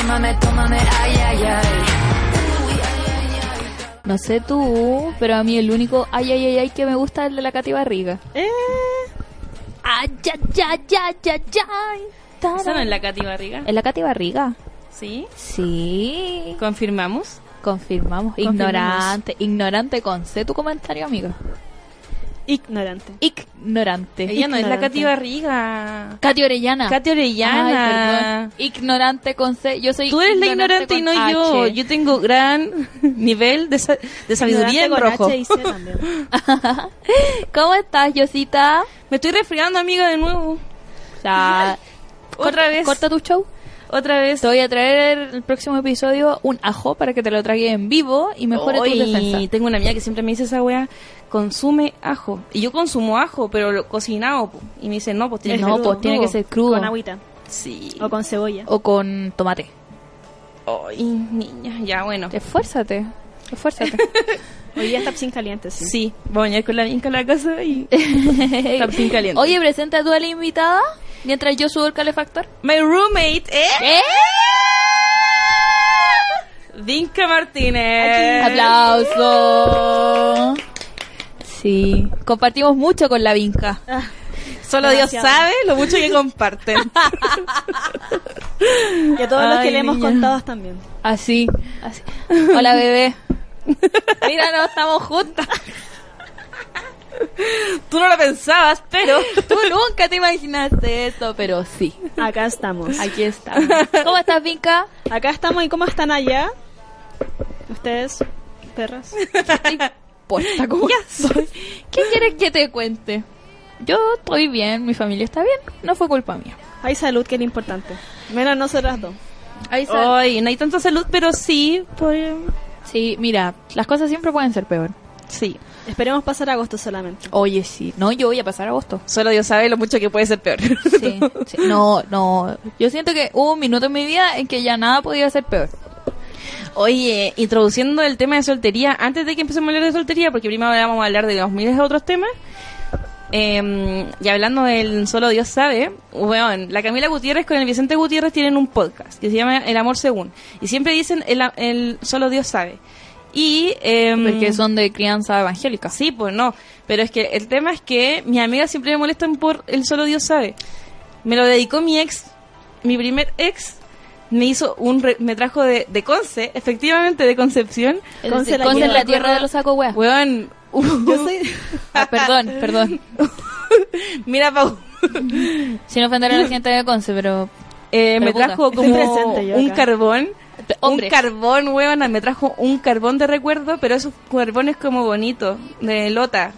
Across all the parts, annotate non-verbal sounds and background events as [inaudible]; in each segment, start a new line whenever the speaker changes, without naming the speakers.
tómame, tómame, ay, ay, ay.
No sé tú, pero a mí el único ay, ay, ay, ay que me gusta es el de la Cati Barriga.
Eh,
Ay, ay, ay, ay, ay, ay.
esa no es la Katy Barriga.
¿Es la Cati Barriga?
¿Sí?
Sí.
¿Confirmamos?
Confirmamos. Ignorante. Ignorante con C tu comentario, amigo.
Ignorante.
Ignorante.
Ella no es la
Ignorante.
Katy Barriga.
Cati Orellana.
Katy Orellana.
Ay, perdón. Ignorante con C. Yo soy
Tú eres la ignorante y no
con
yo.
H.
Yo tengo gran [laughs] nivel de, sa- de sabiduría en
Ignorante con
rojo.
H y
[laughs]
C también.
¿Cómo estás, Yosita?
[laughs] Me estoy resfriando, amiga, de nuevo.
O sea,
Otra vez.
Corta tu show.
Otra vez.
Te voy a traer el próximo episodio un ajo para que te lo trague en vivo y mejore
Hoy
tus defensas.
tengo una amiga que siempre me dice esa weá, consume ajo. Y yo consumo ajo, pero lo cocinado. po. Y me dice, no, pues tiene que
No,
ser
pues tiene que
crudo".
ser crudo.
Con agüita.
Sí.
O con cebolla.
O con tomate.
Ay, niña, ya bueno.
Esfuérzate.
[laughs]
Esfuérzate.
Hoy día está sin caliente,
[laughs]
sí.
Sí, voy a venir con la vinca a la casa y... Tapsin caliente.
Oye, presenta tú a la invitada mientras yo subo el calefactor.
My roommate, ¿eh? Vinca Martínez.
¡Aplauso! Sí, compartimos mucho con la vinca.
Solo
Demasiado.
Dios sabe lo mucho que comparten.
Y a todos los
Ay,
que le hemos
niña.
contado también.
Así, así. Hola, bebé. Mira, no estamos juntas.
Tú no lo pensabas, pero...
[laughs] Tú nunca te imaginaste esto, pero sí.
Acá estamos.
Aquí está. ¿Cómo estás, Vinca?
Acá estamos. ¿Y cómo están allá? Ustedes, perras.
Puesta como soy. ¿Qué quieres que te cuente? Yo estoy bien, mi familia está bien, no fue culpa mía.
Hay salud, que es lo importante. Menos nosotras dos.
Ahí
Ay, no hay tanta salud, pero sí, pues, por...
Sí, mira, las cosas siempre pueden ser peor.
Sí.
Esperemos pasar agosto solamente.
Oye, sí. No, yo voy a pasar agosto.
Solo Dios sabe lo mucho que puede ser peor.
Sí,
[laughs]
sí. No, no. Yo siento que hubo un minuto en mi vida en que ya nada podía ser peor.
Oye, introduciendo el tema de soltería, antes de que empecemos a hablar de soltería, porque primero vamos a hablar de los miles de otros temas, eh, y hablando del Solo Dios sabe, weón, la Camila Gutiérrez con el Vicente Gutiérrez tienen un podcast que se llama El Amor Según, y siempre dicen el, a- el Solo Dios sabe. Y, eh,
Mm.
Porque son de crianza evangélica.
Sí, pues no, pero es que el tema es que mis amigas siempre me molestan por El Solo Dios sabe. Me lo dedicó mi ex, mi primer ex, me hizo un re- me trajo de, de Conce, efectivamente de Concepción,
Es
Conce
decir,
la
Conce
tierra-
es la tierra de los saco weas.
Weón.
Ah.
[laughs]
Yo soy...
Ah, perdón,
[laughs]
perdón.
Mira, Pau.
Sin ofender a la gente de Conce, pero...
eh, me
Pero puta,
trajo
estoy
como
presente yo
un
acá.
carbón.
Hombre.
Un carbón, weona. Me trajo un carbón de recuerdo, pero esos carbones como bonito, de lota.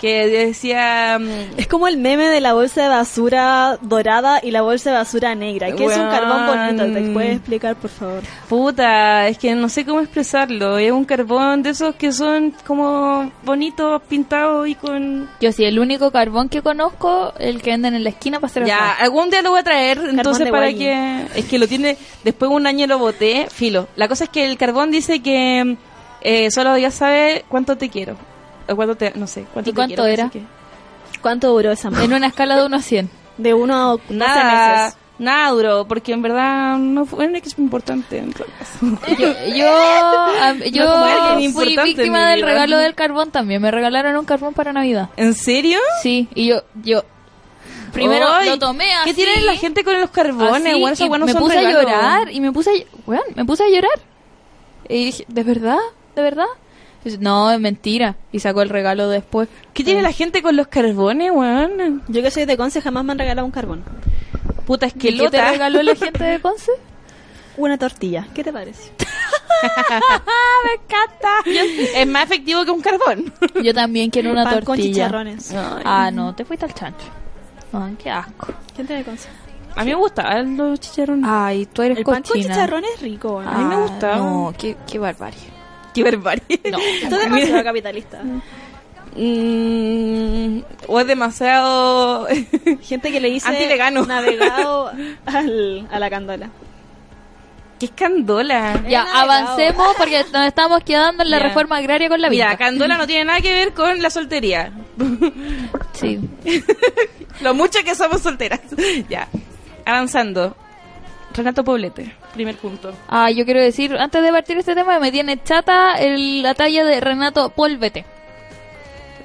Que decía. mm,
Es como el meme de la bolsa de basura dorada y la bolsa de basura negra. Que es un
Weón.
carbón bonito. ¿Te puedes explicar, por favor?
Puta, es que no sé cómo expresarlo. Es un carbón de esos que son como bonitos, pintados y con.
Yo sí, el único carbón que conozco, el que venden en la esquina para hacer
Ya,
asado.
algún día lo voy a traer, entonces
de
para
guayi.
que... Es que lo tiene, después de un año lo boté, filo. La cosa es que el carbón dice que eh, solo ya sabe cuánto te quiero. O cuánto te... no sé. Cuánto
¿Y
te
cuánto
quiero, no sé
era?
qué.
¿Cuánto duró esa madre?
En una escala de 1 a 100.
De uno a 12
Nada,
meses.
nada duró, porque en verdad no fue no es que es importante. en todo caso.
Yo,
[laughs]
yo, a- yo
como alguien
fui
importante en
víctima
mi
del
vida.
regalo del carbón también. Me regalaron un carbón para Navidad.
¿En serio?
Sí, y yo, yo primero
Ay,
lo tomé así.
¿Qué tiene la gente con los carbones?
así,
Bueno, esos
y
buenos
me
son
puse
regalos.
a llorar y me puse a, ll- weón, me puse a llorar. Y dije, ¿de verdad? ¿De verdad? Y dice, no, es mentira. Y sacó el regalo después.
¿Qué tiene la gente con los carbones, weón?
Yo que soy de Conce jamás me han regalado un carbón.
Puta, es que
¿Y ¿Qué te
lota.
regaló la gente de Conce?
Una tortilla. ¿Qué te parece?
me encanta. [laughs] Es más efectivo que un carbón.
Yo también quiero una
Pan con
tortilla.
chicharrones.
Ah, no, te fuiste al chancho. Ay, qué asco.
Gente de Conce.
A mí me gustaban los chicharrones.
Ay, tú eres
El pan con chicharrones es rico. ¿no?
Ah, mí me gustaba.
No, qué, qué barbarie.
qué barbarie. [laughs]
No.
Esto es demasiado capitalista.
Mm, o es demasiado. [laughs]
Gente que le dice
Antivegano.
navegado al- a la candola.
qué escandola.
Ya,
navegado.
avancemos porque nos estamos quedando en la
Ya.
reforma agraria con la vida.
Mira, candola no tiene nada que ver con la soltería. [laughs]
Sí.
[laughs] Lo mucho que somos solteras. ya. Avanzando. Renato Poblete, primer punto.
Ah, yo quiero decir, antes de partir este tema, me tiene chata el- la talla de Renato Polvete.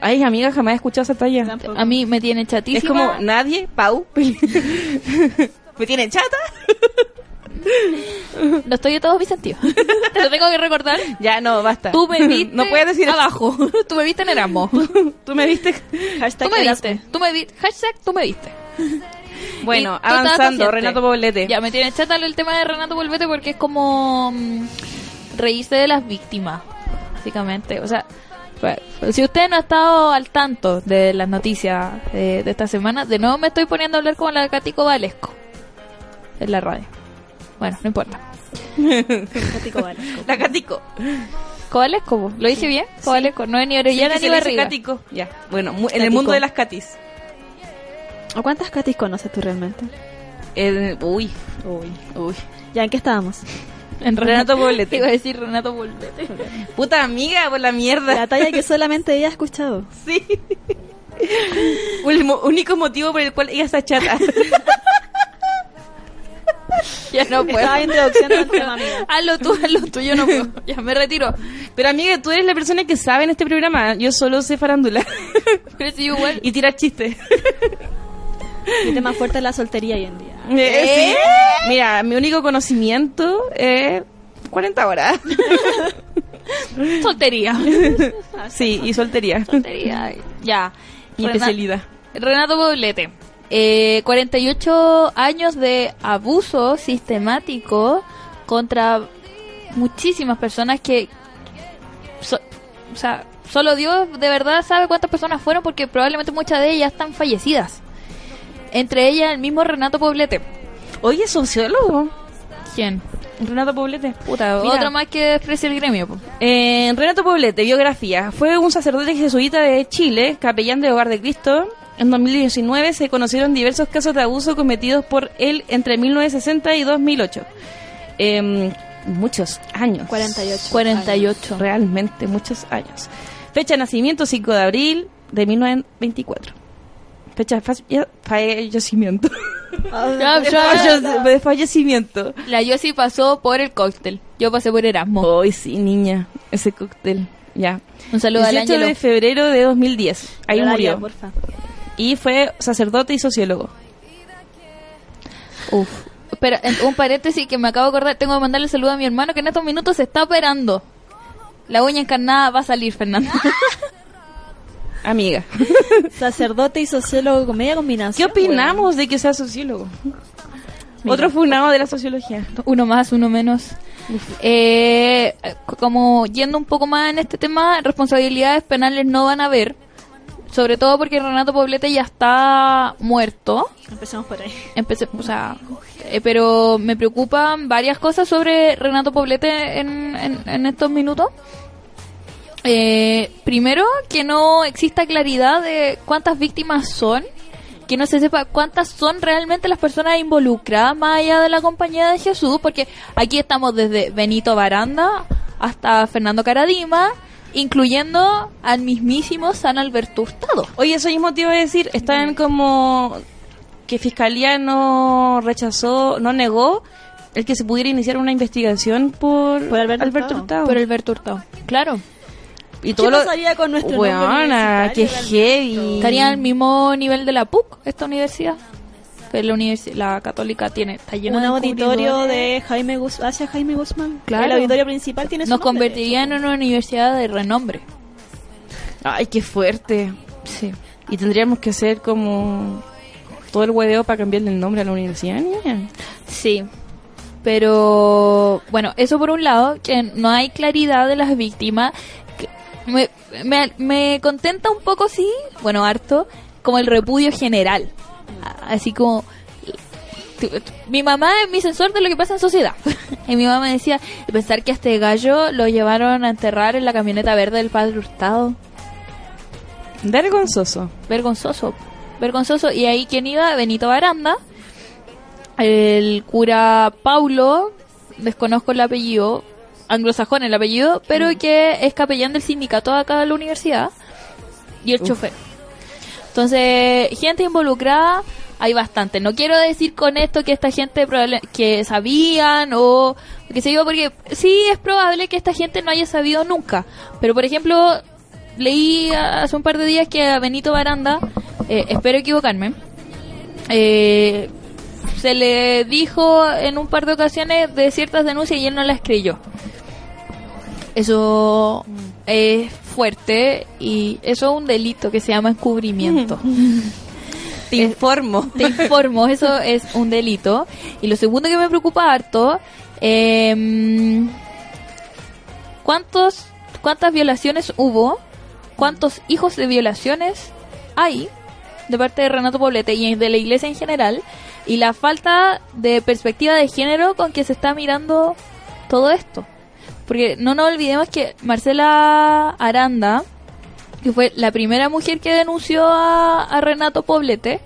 Ay, amiga, jamás he escuchado esa talla.
A mí me tiene chatísima.
Es como nadie, Pau. [laughs] ¿Me tienen chata?
Lo estoy de todos mis sentidos. [laughs] Te lo tengo que recordar.
Ya, no, basta.
Tú
[laughs]
me viste
No puedes decir eso.
abajo. [laughs] Tú me viste en Erasmo. Tú
[laughs] Tú me viste.
Hashtag
me
Erasmus.
viste. Tú me viste. Hashtag tú me viste. Y
Bueno,
tú estabas
avanzando,
consciente.
Renato Poblete.
Ya, me tiene chata el tema de Renato Polvete porque es como mm, reírse de las víctimas, básicamente. O sea, fue- fue- si usted no ha estado al tanto de las noticias eh, de esta semana, de nuevo me estoy poniendo a hablar con la Catico Valesco en la radio. Bueno, no importa.
Catico Valesco.
La Catico.
Covalesco, po. lo dije bien. Covalesco, no es ni Orellana
Sí, que se
ni
le dice
Barriga.
Catico. Ya, bueno, mu- en el
Catico.
mundo de las Catis.
¿A cuántas Catis conoces tú realmente?
El- uy,
Uy.
uy.
¿Ya en qué estábamos?
En
Renato
[laughs]
Poblete.
Iba a decir Renato Poblete. [laughs]
Puta amiga, por la mierda. [laughs]
La talla que solamente ella ha escuchado.
Sí. El mo- único motivo por el cual ella está chata.
ya no puedo.
Estaba introduciendo el tema mío.
Hazlo tú, hazlo tú, yo no puedo. Ya me retiro.
Pero amiga, tú eres la persona que sabe en este programa. Yo solo sé farándula [laughs]
Pero si igual.
y tirar chistes. [laughs]
Mi tema fuerte es la soltería hoy en día.
Eh, sí. Mira, mi único conocimiento es 40 horas.
[laughs] Soltería.
Sí, y soltería.
Soltería. Ya.
Mi
Rena-
especialidad.
Renato Poblete. Eh, 48 años de abuso sistemático contra muchísimas personas que. so- o sea, solo Dios de verdad sabe cuántas personas fueron porque probablemente muchas de ellas están fallecidas. Entre ellas el mismo Renato Poblete.
Oye, sociólogo.
¿Quién?
Renato Poblete.
Puta,
Mira.
otro más que desprecia el gremio. po.
Eh, Renato Poblete, biografía. Fue un sacerdote jesuita de Chile, capellán de Hogar de Cristo. En 2019 se conocieron diversos casos de abuso cometidos por él entre 1960 y 2008. Em, muchos años.
48.
48.
Realmente muchos años. Fecha de nacimiento 5 de abril de 1924. Fecha de fa- ya- fallecimiento.
[laughs]
Ya,
[laughs] De
ya.
falle- de fallecimiento.
La Yossi pasó por el cóctel. Yo pasé por Erasmo.
Hoy sí, niña, ese cóctel. Ya.
Un saludo al
18
Ángelo.
de febrero de 2010. Ahí
Horario,
murió.
porfa.
Y fue sacerdote y sociólogo.
Uf. Pero en- un paréntesis que me acabo de acordar. Tengo que mandarle el saludo a mi hermano que en estos minutos se está operando. La uña encarnada va a salir, Fernando.
[laughs]
Amiga.
Sacerdote y sociólogo, media
¿Qué
combinación.
opinamos de que sea sociólogo?
Mira.
Otro funado de la sociología.
[laughs] uno más, uno menos. Eh, como yendo un poco más en este tema, responsabilidades penales no van a haber. Sobre todo porque Renato Poblete ya está muerto.
weón. Empecemos por ahí.
Empecé, o sea, eh, pero me preocupan varias cosas sobre Renato Poblete en, en- en estos minutos. Eh, primero, que no exista claridad de cuántas víctimas son, que no se sepa cuántas son realmente las personas involucradas más allá de la compañía de Jesús, porque aquí estamos desde Benito Baranda hasta Fernando Caradima, incluyendo al mismísimo San Alberto Hurtado.
Oye, eso mismo te iba a decir. Están como que Fiscalía no rechazó, no negó el que se pudiera iniciar una investigación por,
Por Alberto Hurtado.
Hurtado.
Por Alberto Hurtado, claro.
Y
¿Qué
todo lo...
pasaría con nuestro nombre
Weona,
universitario
qué
realmente?
heavy.
Estaría
Mm.
al mismo nivel de la PUC, esta universidad. Que la, universi- la católica tiene, está llena
Un
de
auditorio
encubridores.
de Jaime Guz hacia Jaime Guzmán.
Claro.
El auditorio principal tiene su
Nos
nombre,
convertiría en una universidad de renombre.
Ay, qué fuerte.
Sí.
Y tendríamos que hacer como todo el hueveo para cambiarle el nombre a la universidad, niña.
Sí. Pero, bueno, eso por un lado, que no hay claridad de las víctimas. que Me, me- me contenta un poco, sí, bueno, harto, como el repudio general. A- Así como... tu- tu- Mi mamá es mi sensor de lo que pasa en sociedad. [laughs] y mi mamá me decía, pensar que a este gallo lo llevaron a enterrar en la camioneta verde del padre Hurtado.
Vergonzoso.
Vergonzoso. Vergonzoso. Y ahí quien iba, Benito Baranda, el cura Paulo, desconozco el apellido, anglosajón el apellido, pero que es capellán del sindicato de acá de la universidad, y el chofer. Entonces, gente involucrada hay bastante. No quiero decir con esto que esta gente probable- que sabían o que se yo, porque sí es probable que esta gente no haya sabido nunca. Pero por ejemplo, leí hace un par de días que a Benito Baranda, eh, espero equivocarme, eh, se le dijo en un par de ocasiones de ciertas denuncias y él no las creyó. Eso es fuerte y eso es un delito que se llama encubrimiento.
Te informo.
Te informo, eso es un delito. Y lo segundo que me preocupa harto, eh, ¿cuántos, ¿cuántas violaciones hubo? ¿Cuántos hijos de violaciones hay de parte de Renato Poblete y de la iglesia en general? Y la falta de perspectiva de género con que se está mirando todo esto. Porque no nos olvidemos que Marcela Aranda, que fue la primera mujer que denunció a, a Renato Poblete,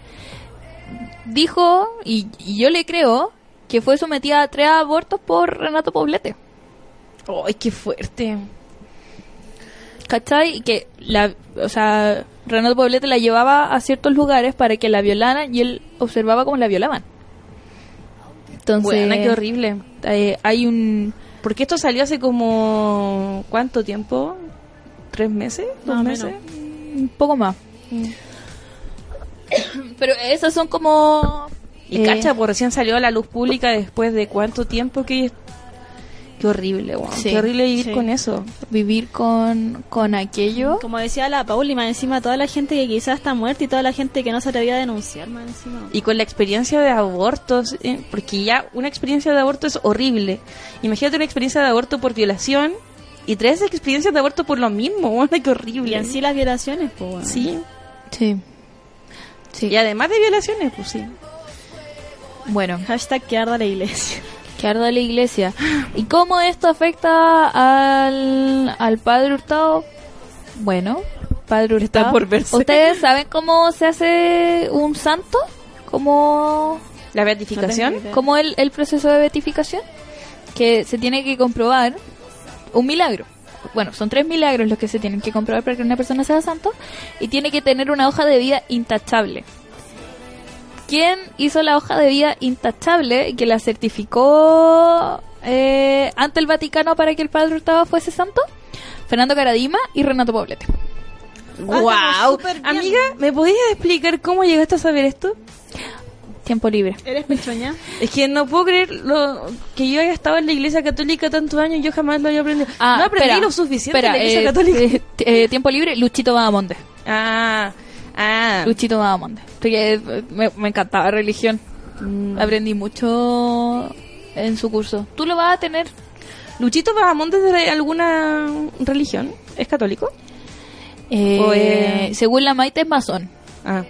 dijo, y, y yo le creo, que fue sometida a tres abortos por Renato Poblete.
Ay, qué fuerte.
¿Cachai? Y Que la, o sea, Renato Poblete la llevaba a ciertos lugares para que la violaran y él observaba cómo la violaban. Entonces,
Buena, qué horrible.
eh, hay un...
Porque esto salió hace como. ¿Cuánto tiempo? ¿Tres meses? ¿Dos
Más o
meses?
menos.
un poco más. [coughs] Pero esas son como...
Y
eh,
cacha, pues recién salió a la luz pública después de cuánto tiempo que. Qué horrible, weón.
Sí,
Qué horrible vivir
sí.
con eso.
Vivir con, con aquello.
Como decía la Pauli, más encima toda la gente que quizás está muerta y toda la gente que no se atrevía a denunciar, más encima.
Y con la experiencia de abortos, eh, porque ya una experiencia de aborto es horrible. Imagínate una experiencia de aborto por violación y tres experiencias de aborto por lo mismo, [laughs] weón. Qué
Y
horrible.
en sí las violaciones, pues bueno.
Sí.
Sí. Sí.
Y además de violaciones, pues sí.
Bueno.
Hashtag que arda la iglesia.
Que arda la iglesia. ¿Y cómo esto afecta al, al padre Hurtado? Bueno, padre Hurtado.
Está por verse.
¿Ustedes saben cómo se hace un santo? ¿Cómo,
La beatificación.
No tengo idea.
cómo el, el proceso de beatificación? Que se tiene que comprobar un milagro. Bueno, son tres milagros los que se tienen que comprobar para que una persona sea santo. Y tiene que tener una hoja de vida intachable. ¿Quién hizo la hoja de vida intachable y que la certificó eh, ante el Vaticano para que el padre Hurtado fuese santo? Fernando Caradima y Renato Poblete.
Ah, ¡Wow! Amiga, ¿me podías explicar cómo llegaste a saber esto?
Tiempo libre.
¿Eres pechoña?
Es que no puedo creer lo que yo haya estado en la iglesia católica tantos años y yo jamás lo había aprendido.
Ah,
no aprendí
espera,
lo suficiente
espera,
en la iglesia
eh,
católica. [laughs]
eh, t- eh, tiempo libre, Luchito Badamonte.
Ah, ah.
Luchito Badamonte. Porque, eh, me, me encantaba religión.
Mm.
Aprendí mucho en su curso. ¿Tú lo vas a tener?
¿Luchito Bajamonte es de alguna religión? ¿Es católico?
Eh,
O, eh,
Según la Maite es masón.
Ah.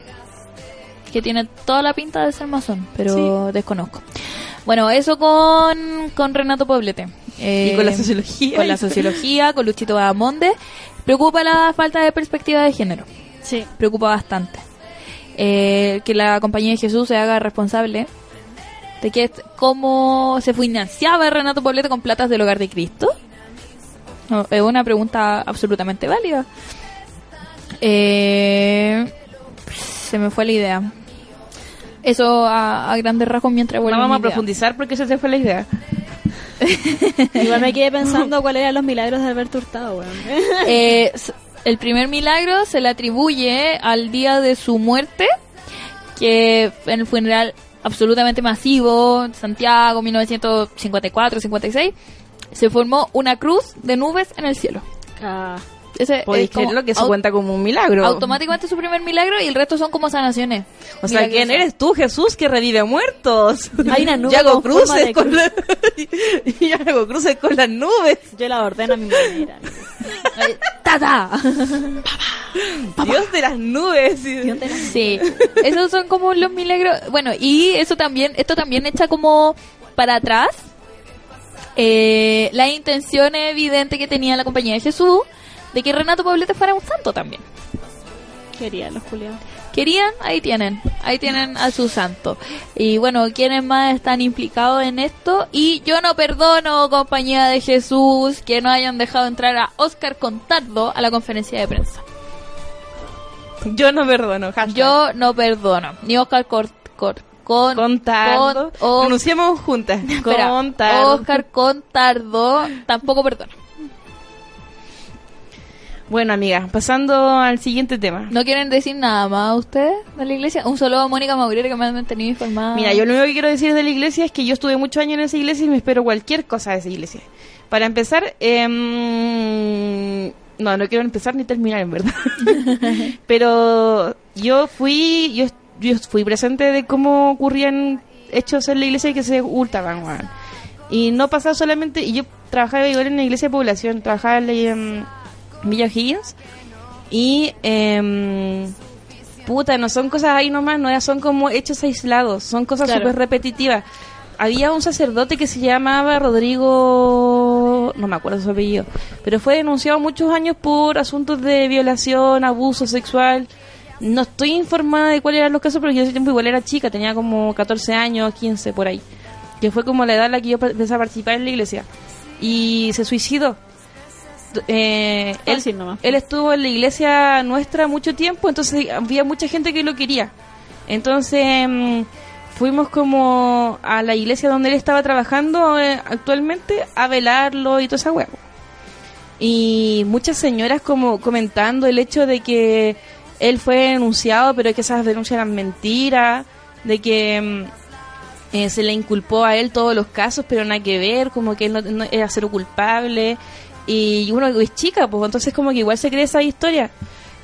que tiene toda la pinta de ser masón, pero desconozco. Bueno, eso con, con Renato Poblete. Eh,
Y con la sociología.
Con la sociología, con Luchito Badamonde. Preocupa la falta de perspectiva de género.
Sí.
Preocupa bastante. Eh, que la Compañía de Jesús se haga responsable de que est- cómo se financiaba Renato Poblete con platas del hogar de Cristo. No, es una pregunta absolutamente válida. Eh, se me fue la idea. Eso a, a grandes rasgos mientras
No
vuelvo.
vamos a profundizar porque se te fue la idea.
Igual me quedé pensando cuáles eran los milagros de Alberto Hurtado, weón.
[laughs] Eh, s- el primer milagro se le atribuye al día de su muerte, que en el funeral absolutamente masivo, Santiago, 1954-56, se formó una cruz de nubes en el cielo.
Ah,
Ese Eh,
Podéis
es como
creerlo que eso
au-
cuenta como un milagro.
Automáticamente su primer milagro y el resto son como sanaciones.
O sea, ¿quién
Milagrosas.
eres tú, Jesús, que revive muertos?
Hay
[laughs]
una nube
Yo hago
con forma
cruces
de
con la... [laughs] Yo hago cruces con las nubes.
[laughs] yo la ordeno a mi manera.
Eh, ¡Tata! [laughs]
Dios de las nubes.
Sí, esos son como los milagros. Bueno, y eso también, esto también echa como para atrás eh, la intención evidente que tenía la compañía de Jesús de que Renato Poblete fuera un santo también.
Quería los culiados.
Querían, ahí tienen, ahí tienen a su santo. Y bueno, ¿quiénes más están implicados en esto? Y yo no perdono, compañía de Jesús, que no hayan dejado entrar a Oscar Contardo a la conferencia de prensa.
Yo no perdono. hashtag.
Yo no perdono. Ni Oscar Cor- Con, con,
Contardo.
con Oscar-
Pronunciamos juntas.
espera,
Contardo.
Oscar Contardo tampoco perdona.
Bueno, amiga, pasando al siguiente tema.
¿No quieren decir nada más ustedes de la iglesia? Un saludo a Mónica Maurier que me han mantenido informada.
Mira, yo lo único que quiero decir de la iglesia es que yo estuve muchos años en esa iglesia y me espero cualquier cosa de esa iglesia. Para empezar, em, no, no quiero empezar ni terminar, en verdad. Pero yo fui, yo, yo fui presente de cómo ocurrían hechos en la iglesia y que se ocultaban, weón. Y no pasaba solamente, y yo trabajaba igual en la iglesia de población, trabajaba en, la- em, en Villa Higgins y... em, Puta, no son cosas ahí nomás, no son como hechos aislados, son cosas
Claro.
súper repetitivas. Había un sacerdote que se llamaba Rodrigo, no me acuerdo su apellido, pero fue denunciado muchos años por asuntos de violación, abuso sexual. No estoy informada de cuáles eran los casos, pero yo en ese tiempo igual era chica, tenía como 14 años, 15 por ahí, que fue como la edad en la que yo pa- empecé a participar en la iglesia. Y se suicidó. Eh, él,
Fácil nomás.
él estuvo en la iglesia nuestra mucho tiempo, entonces había mucha gente que lo quería. Entonces mm, fuimos como a la iglesia donde él estaba trabajando eh, actualmente a velarlo y toda esa huevo. Y muchas señoras como comentando el hecho de que él fue denunciado, pero que esas denuncias eran mentiras, de que mm, eh, se le inculpó a él todos los casos, pero nada que ver, como que él no, no era cero culpable. Y uno es chica, pues entonces como que igual se cree esa historia.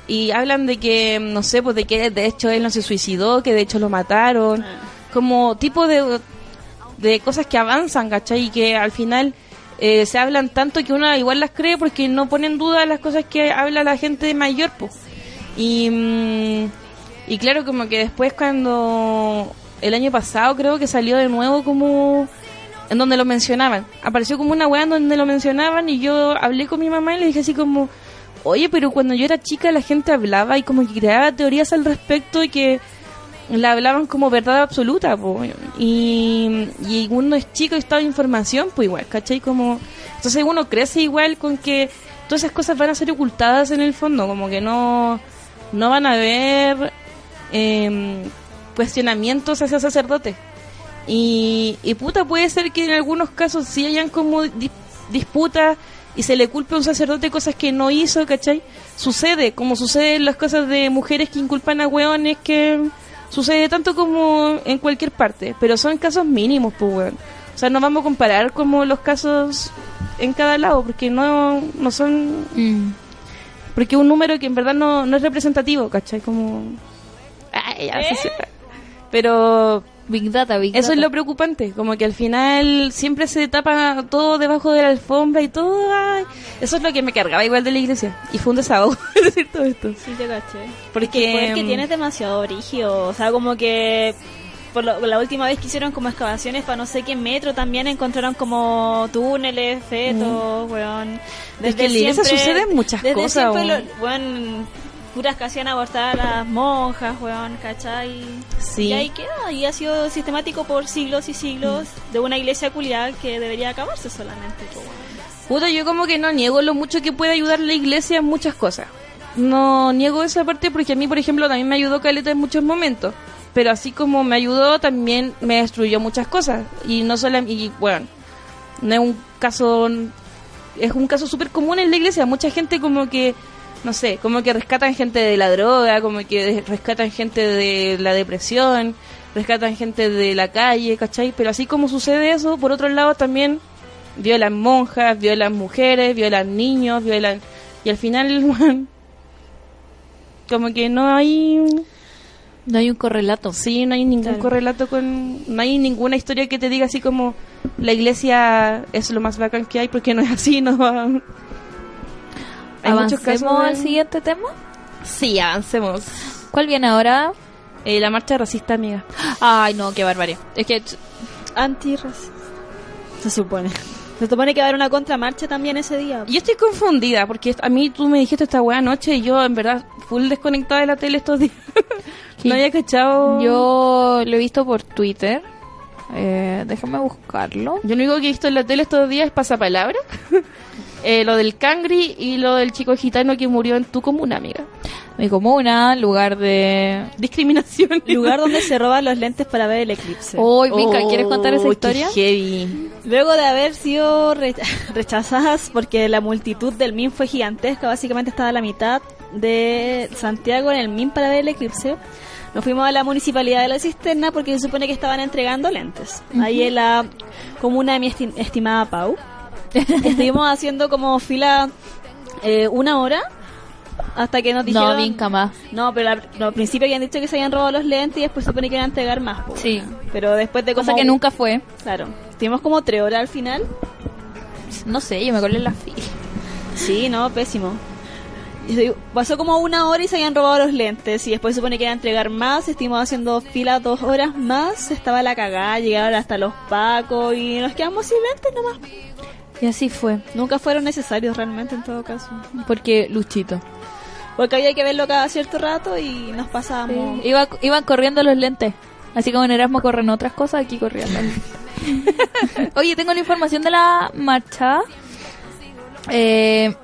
Y hablan de que, no sé, pues de que de hecho él no se suicidó, que de hecho lo mataron. Como tipo de, de cosas que avanzan, ¿cachai? Y que al final eh, se hablan tanto que uno igual las cree porque no ponen en duda las cosas que habla la gente mayor, pues. Y, mm, y claro, como que después cuando el año pasado creo que salió de nuevo como en donde lo mencionaban. Apareció como una weá en donde lo mencionaban y yo hablé con mi mamá y le dije así como, oye, pero cuando yo era chica la gente hablaba y como que creaba teorías al respecto y que la hablaban como verdad absoluta, po. Y, y uno es chico y está de información, pues igual, ¿cachai? Como, entonces uno crece igual con que todas esas cosas van a ser ocultadas en el fondo, como que no, no van a haber eh, cuestionamientos hacia sacerdotes. Y, y puta, puede ser que en algunos casos sí hayan como dis- disputas y se le culpe a un sacerdote cosas que no hizo, ¿cachai? Sucede, como suceden las cosas de mujeres que inculpan a hueones, que sucede tanto como en cualquier parte, pero son casos mínimos, pues, weón. O sea, no vamos a comparar como los casos en cada lado, porque no, no son
Mm.
porque es un número que en verdad no, no es representativo, ¿cachai? Como... Ay,
¿Eh?
ya, sí, sí. Pero
Big Data, Big
eso es lo
Data.
preocupante, como que al final siempre se tapa todo debajo de la alfombra y todo... ay. Eso es lo que me cargaba igual de la iglesia. Y fue un desahogo [laughs] decir todo esto.
Sí, te caché. El
Porque... mm,
poder que tiene es demasiado brígido. O sea, como que por lo- la última vez que hicieron como excavaciones para no sé qué metro también encontraron como túneles, fetos, weón.
Mm. Es que en la iglesia suceden muchas
desde
cosas,
siempre
weón.
lo- weón, curas que hacían abortar a las monjas, weón, ¿cachai?
Sí.
Y ahí queda, y ha sido sistemático por siglos y siglos
Mm.
de una iglesia culiada que debería acabarse solamente, po, weón.
Puta, yo como que no niego lo mucho que puede ayudar la iglesia en muchas cosas. No niego esa parte porque a mí, por ejemplo, también me ayudó Caleta en muchos momentos. Pero así como me ayudó, también me destruyó muchas cosas. Y no solo... Y bueno, no es un caso... Es un caso súper común en la iglesia. Mucha gente como que... No sé, como que rescatan gente de la droga, como que de- rescatan gente de la depresión, rescatan gente de la calle, ¿cachai? Pero así como sucede eso, por otro lado también violan monjas, violan mujeres, violan niños, violan... Y al final, [laughs] weón, como que no hay...
No hay un correlato.
Sí, no hay ningún
Claro.
correlato con... No hay ninguna historia que te diga así como la iglesia es lo más bacán que hay porque no es así, no va... Hay muchos casos
Avancemos
de-
al siguiente tema.
Sí, avancemos.
¿Cuál viene ahora?
Eh, la marcha racista, amiga.
Ay, no, qué barbarie. Es que ch-
Antirracista. Se supone. Se supone que va a haber una contramarcha también ese día.
Yo estoy confundida porque a mí tú me dijiste esta weá anoche y yo en verdad full desconectada de la tele estos días. [laughs]
Sí.
No había cachado...
yo lo he visto por Twitter. Eh, déjame buscarlo.
Yo lo único que he visto en la tele estos días es pasapalabra. [laughs] Eh, lo del Cangri y lo del chico gitano que murió en tu comuna, amiga.
mi comuna, lugar de...
Discriminación.
[laughs] Lugar donde se roban los lentes para ver el eclipse.
Uy, Vinca, ¿quieres contar esa
Oh,
historia?
Qué heavy.
Luego de haber sido re- [laughs] rechazadas porque la multitud del MIN fue gigantesca, básicamente estaba la mitad de Santiago en el MIN para ver el eclipse, nos fuimos a la municipalidad de la cisterna porque se supone que estaban entregando lentes. Ahí en la comuna de mi esti- estimada Pau. Estuvimos haciendo como fila eh, una hora hasta que nos dijeron...
No, Vinca más.
No, pero al, no, al principio habían dicho que se habían robado los lentes y después se supone que iban a entregar más. po.
Sí.
Pero después de
Cosa
como-
que nunca fue.
Claro. Estuvimos como tres horas al final.
No sé, yo me colé en la fila.
Sí, no, pésimo. Y se- Pasó como una hora y se habían robado los lentes y después se supone que iban a entregar más, estuvimos haciendo fila dos horas más, estaba la cagada, llegaron hasta los pacos y nos quedamos sin lentes nomás.
Y así fue.
Nunca fueron necesarios realmente en todo caso.
Porque Luchito.
Porque había que verlo cada cierto rato y nos pasábamos.
Iba, iban corriendo los lentes. Así como en Erasmo corren otras cosas, aquí [laughs] corriendo. Oye, tengo la información de la marcha. Eh,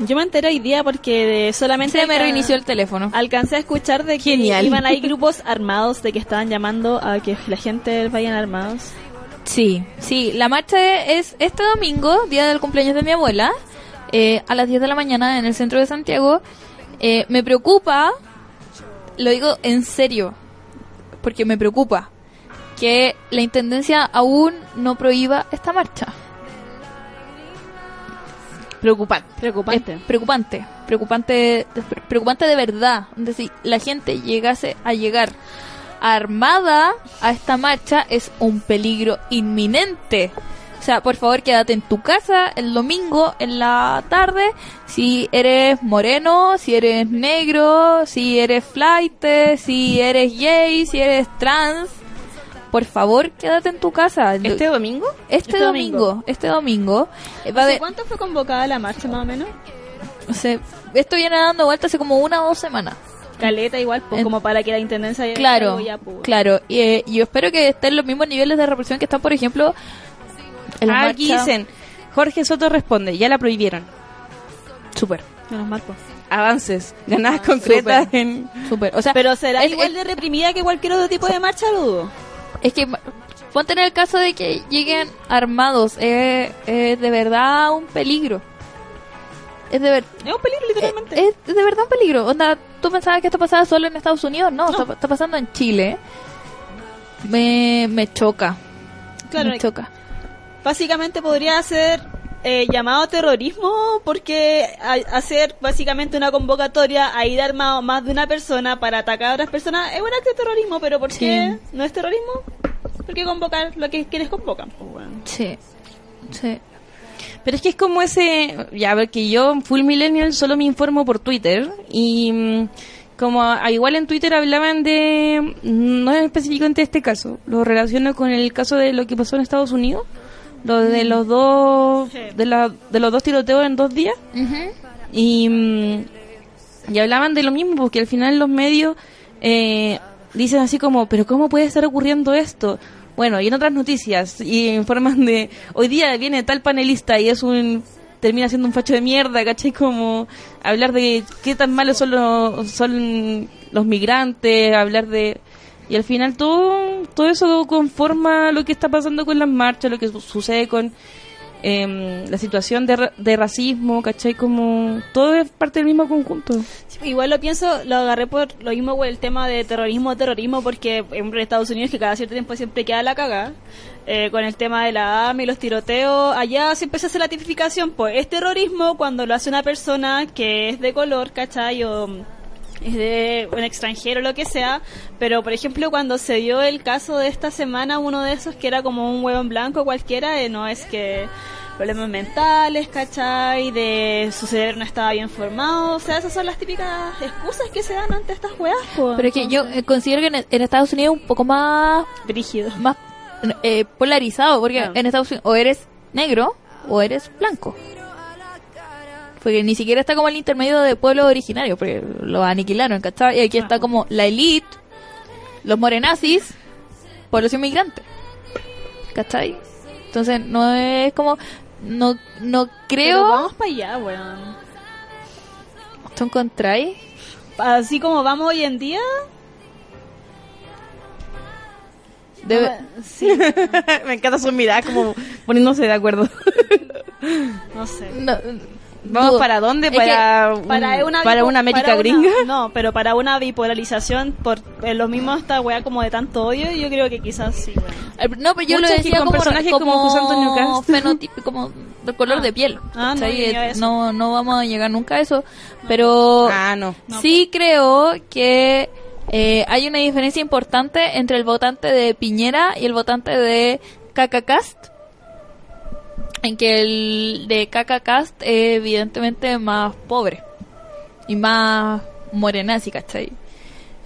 Yo me enteré hoy día porque solamente...
se me
alca-
reinició el teléfono.
Alcancé a escuchar de que
Genial.
iban ahí grupos armados, de que estaban llamando a que la gente vayan armados.
Sí, sí, la marcha es este domingo, día del cumpleaños de mi abuela, eh, a las 10 de la mañana en el centro de Santiago. Eh, me preocupa, lo digo en serio, porque me preocupa que la Intendencia aún no prohíba esta marcha.
Preocupante.
Preocupante.
Es preocupante, preocupante, preocupante de verdad. De si la gente llegase a llegar armada a esta marcha es un peligro inminente. O sea, por favor, quédate en tu casa el domingo en la tarde. Si eres moreno, si eres negro, si eres flight, si eres gay, si eres trans, por favor, quédate en tu casa.
¿Este
Este,
domingo?
este
domingo,
domingo.
este domingo, eh, va a
¿Hace
haber-
cuánto fue convocada la marcha más o menos?
o sea, esto viene dando vuelta hace como una o dos semanas.
Caleta igual, pues,
En-
como para que la intendencia llegue a
Eh, Claro,
cabo ya, pues.
claro. Y eh, yo espero que estén los mismos niveles de represión que están, por ejemplo, en la
Ah, Aquí
marcha.
dicen, Jorge Soto responde, ya la prohibieron.
Súper,
Menos mal, pues.
Avances, ganadas concretas en...
súper. O sea,
Pero será
es,
igual de reprimida que cualquier otro tipo de marcha, dudo.
es- es que ma- ponte en el caso de que lleguen armados. Es de verdad un peligro. Es de, ver- eh,
Es un peligro, literalmente.
es de verdad un peligro. Onda, ¿tú pensabas que esto pasaba solo en Estados Unidos? No, Está, está pasando en Chile. Me, me choca.
claro,
me choca.
básicamente podría ser eh, llamado terrorismo porque a- hacer básicamente una convocatoria a ir armado más de una persona para atacar a otras personas es un acto de terrorismo, pero ¿por
Sí.
qué no es terrorismo? Porque convocar lo que quienes convocan. pues, bueno.
Sí, sí.
Pero es que es como ese, ya ver que yo, full millennial, solo me informo por Twitter y mm, como a- a igual en Twitter hablaban de, mm, no es específicamente este caso, lo relaciono con el caso de lo que pasó en Estados Unidos, lo de los dos,
Sí.
de, la- de los dos tiroteos en dos días.
Ujú.
Y, mm, y hablaban de lo mismo, porque al final los medios eh, dicen así como, pero ¿cómo puede estar ocurriendo esto? Bueno, y en otras noticias, y informan de, hoy día viene tal panelista y es un termina siendo un facho de mierda, ¿cachai? Como hablar de qué tan malos son los, son los migrantes, hablar de... Y al final todo, todo eso conforma lo que está pasando con las marchas, lo que su- sucede con em, la situación de, ra- de racismo, ¿cachai? Como todo es parte del mismo conjunto.
Sí, Igual lo pienso, lo agarré por lo mismo por el tema de terrorismo, terrorismo, porque por ejemplo, en Estados Unidos que cada cierto tiempo siempre queda la cagada. eh, con el tema de la AMI, los tiroteos, allá siempre se hace la tipificación, pues es terrorismo cuando lo hace una persona que es de color, ¿cachai? O es de un extranjero, lo que sea, pero por ejemplo cuando se dio el caso de esta semana, uno de esos que era como un huevón blanco cualquiera, eh, no es que problemas mentales, ¿cachai? De su cerebro no estaba bien formado, o sea, esas son las típicas excusas que se dan ante estas weas, po.
Pero es que yo eh, considero que en, en Estados Unidos es un poco más,
Brígido.
más eh, polarizado, porque
Claro.
en Estados Unidos o eres negro o eres blanco. Porque ni siquiera está como el intermedio de pueblos originarios, porque lo aniquilaron, ¿cachai? Y aquí está como la elite, los morenazis, población migrante. ¿Cachai? Entonces no es como... No, no
Pero
creo...
vamos para allá, weón.
¿Tú encontráis?
Así como vamos hoy en día,
Debe-
Ah.
sí,
[laughs] Me encanta su mirada como poniéndose de acuerdo.
no sé.
no,
¿Vamos
dudo.
para dónde?
Es que
Para, un-
para una,
para
bipo-
una América
para una-
gringa.
[laughs] no, pero para una bipolarización por eh, lo mismo esta weá como de tanto odio, yo creo que quizás sí, weón.
Eh, No, pero yo lo
Muchas que
decía
con
como,
personajes como José Antonio Cast.
[laughs] fenotipo, como de color de piel.
Ah, no,
¿cachai?
yo iba a
Eh,
eso.
no, no vamos a llegar nunca a eso. Pero
Ah, no.
No,
sí creo que eh, hay una diferencia importante entre el votante de Piñera y el votante de Cacacast. En que el de Cacacast es evidentemente más pobre y más morenazi, ¿cachai?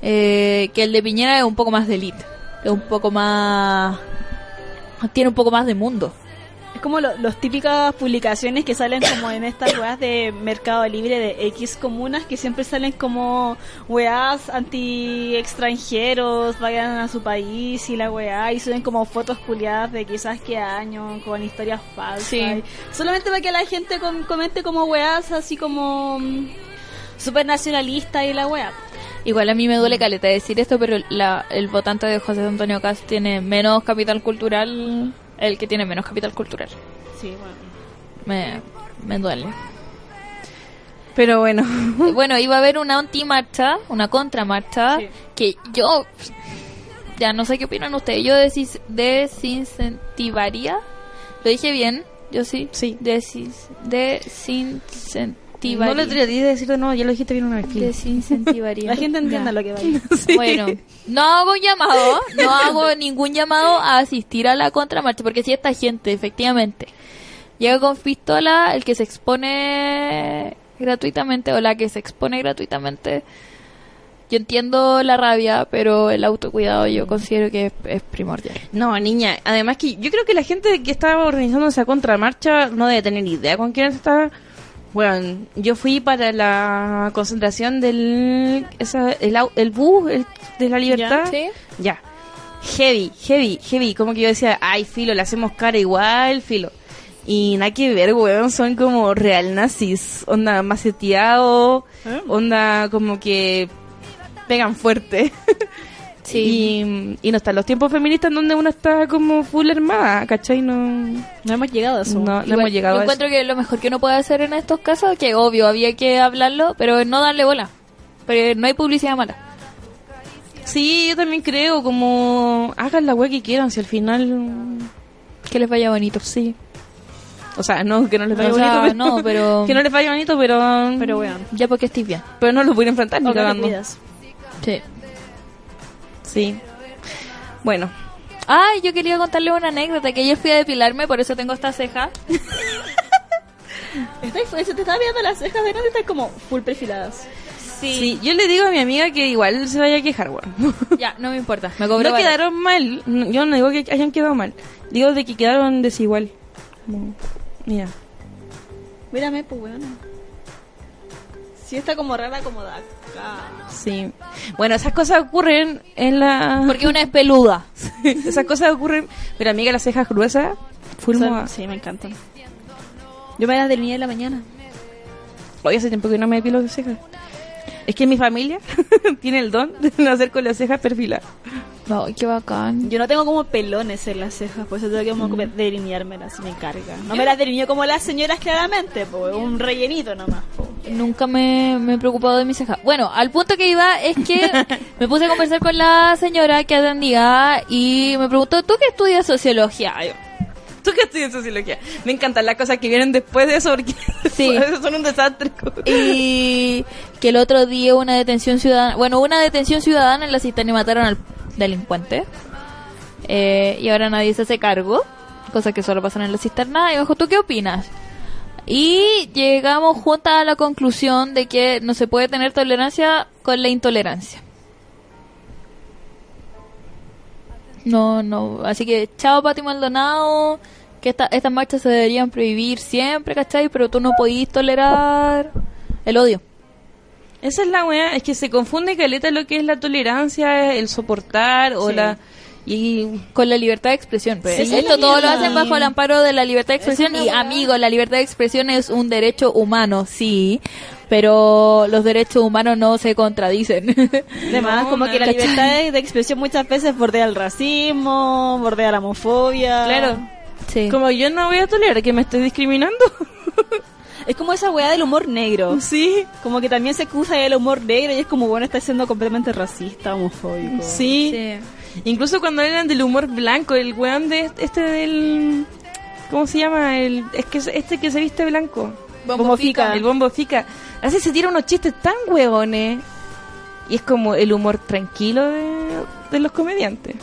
Eh, que el de Piñera es un poco más de elite, es un poco más... tiene un poco más de mundo.
Es como lo- los típicas publicaciones que salen como en estas weas de Mercado Libre de X comunas que siempre salen como weas anti extranjeros, vayan a su país y la wea y suben como fotos culiadas de quizás qué año con historias falsas.
Sí.
Y- Solamente para que la gente com- comente como weas así como mm, super nacionalista y la wea.
Igual a mí me duele caleta decir esto, pero la- el votante de José Antonio Cast tiene menos capital cultural, el que tiene menos capital cultural.
Sí, bueno.
Me, me duele.
Pero bueno.
Bueno, iba a haber una antimarcha, una contramarcha,
Sí.
que yo, ya no sé qué opinan ustedes, yo desis- desincentivaría, lo dije bien, yo sí,
Sí.
Desis- desincentivaría.
No le atrevería a decir de nuevo, ya lo dijiste bien una vez. Phil.
Desincentivaría.
La gente entienda
Ya.
lo que vale.
[laughs]
Bueno, no hago un llamado, no hago ningún llamado a asistir a la contramarcha, porque si esta gente, efectivamente, llega con pistola, el que se expone gratuitamente o la que se expone gratuitamente, yo entiendo la rabia, pero el autocuidado yo considero que es, es primordial.
No, niña. Además que yo creo que la gente que estaba organizando esa contramarcha no debe tener idea con quién está. Bueno, yo fui para la concentración del esa- el, au- el bus el- de la libertad.
¿Sí?
Ya. Heavy, heavy, heavy. Como que yo decía, ay, filo, le hacemos cara igual, filo. Y nada que ver, weón, son como real nazis. Onda maceteado,
¿Eh?
Ah.
onda como que pegan fuerte.
Sí.
[laughs] Y, y no están los tiempos feministas en donde uno está como full armada, ¿cachai? No,
[laughs] No hemos llegado a eso.
no, no
Igual,
hemos llegado
yo
a eso.
encuentro que lo mejor que uno puede hacer en estos casos, que obvio, había que hablarlo, pero no darle bola. Pero no hay publicidad mala.
Sí, yo también creo, como hagan la wea que quieran, si al final...
Que les vaya bonito. Sí.
O sea, no, que no les vaya
O sea,
bonito, [laughs] pero...
no, pero-
que no les vaya bonito, pero...
Pero weón.
Ya porque estoy bien.
pero no los voy a enfrentar ni
no te
cagando.
cuidas.
Sí.
Sí. Bueno.
Ay, yo quería contarle una anécdota, que ayer fui a depilarme, por eso tengo esta [laughs] ceja.
Estáis- se te está viendo las cejas de noche, están como full perfiladas.
Sí. yo le digo a mi amiga que igual se vaya a quejar, [laughs] weón.
Ya, no me importa. Me cobró
No
barato.
quedaron mal. no- Yo no digo que hayan quedado mal. Digo de que quedaron desigual. Como, Mira.
Mírame, pues, weón. Sí, está como rara, como de acá.
Sí. Bueno, esas cosas ocurren en la...
Porque una es peluda.
[laughs] esas cosas ocurren... Pero amiga, las cejas gruesas... Full
Son-
moda.
sí, me encantan. Yo me las delineé en la mañana.
Hoy hace tiempo que no me depilo las cejas. Es que mi familia [laughs] tiene el don de hacer con las cejas perfiladas.
Ay, qué bacán.
Yo no tengo como pelones en las cejas, por eso tengo que como que delineármelas, me carga. No me las delineo como las señoras claramente, pues, un rellenito nomás. po.
Nunca me, me he preocupado de mis cejas. Bueno, al punto que iba es [laughs] que me puse a conversar con la señora que atendía y me preguntó, ¿tú qué estudias sociología? Ay,
Tú que estudias sociología. Me encantan las cosas que vienen después de eso porque [laughs]
Sí.
son un desastre.
y que el otro día una detención ciudadana, bueno, una detención ciudadana en la cisterna y mataron al delincuente. Eh, y ahora nadie se hace cargo, cosa que solo pasan en la cisterna. Y me dijo, ¿tú qué opinas? Y llegamos juntas a la conclusión de que no se puede tener tolerancia con la intolerancia. No, no. Así que, chao, Pati Maldonado. Que esta- estas marchas se deberían prohibir siempre, ¿cachai? Pero tú no podís tolerar el odio.
Esa es la weá, es que se confunde caleta lo que es la tolerancia, el soportar o
Sí.
la... Y
Con la libertad de expresión. pues.
Sí,
Esto
la
todo lo
mierda.
hacen bajo el amparo de la libertad de expresión.
una
Y
weá.
amigos, la libertad de expresión es un derecho humano, sí. pero los derechos humanos no se contradicen.
Además,
No,
como que la
¿cachai?
libertad de, de expresión muchas veces bordea el racismo, bordea la homofobia.
Claro.
[laughs] sí.
Ah, Como yo no voy a tolerar que me estés discriminando. [laughs]
Es como esa weá del humor negro.
sí.
Como que también se acusa el humor negro y es como, bueno, está siendo completamente racista, homofóbico.
Sí.
Sí.
Incluso cuando eran del humor blanco, el weón de este, este del... ¿Cómo se llama? El, es que es- este que se viste blanco.
Bombo
Bombo fica.
fica.
El bombo fica. A veces se tira unos chistes tan hueones. Y es como el humor tranquilo de, de los comediantes.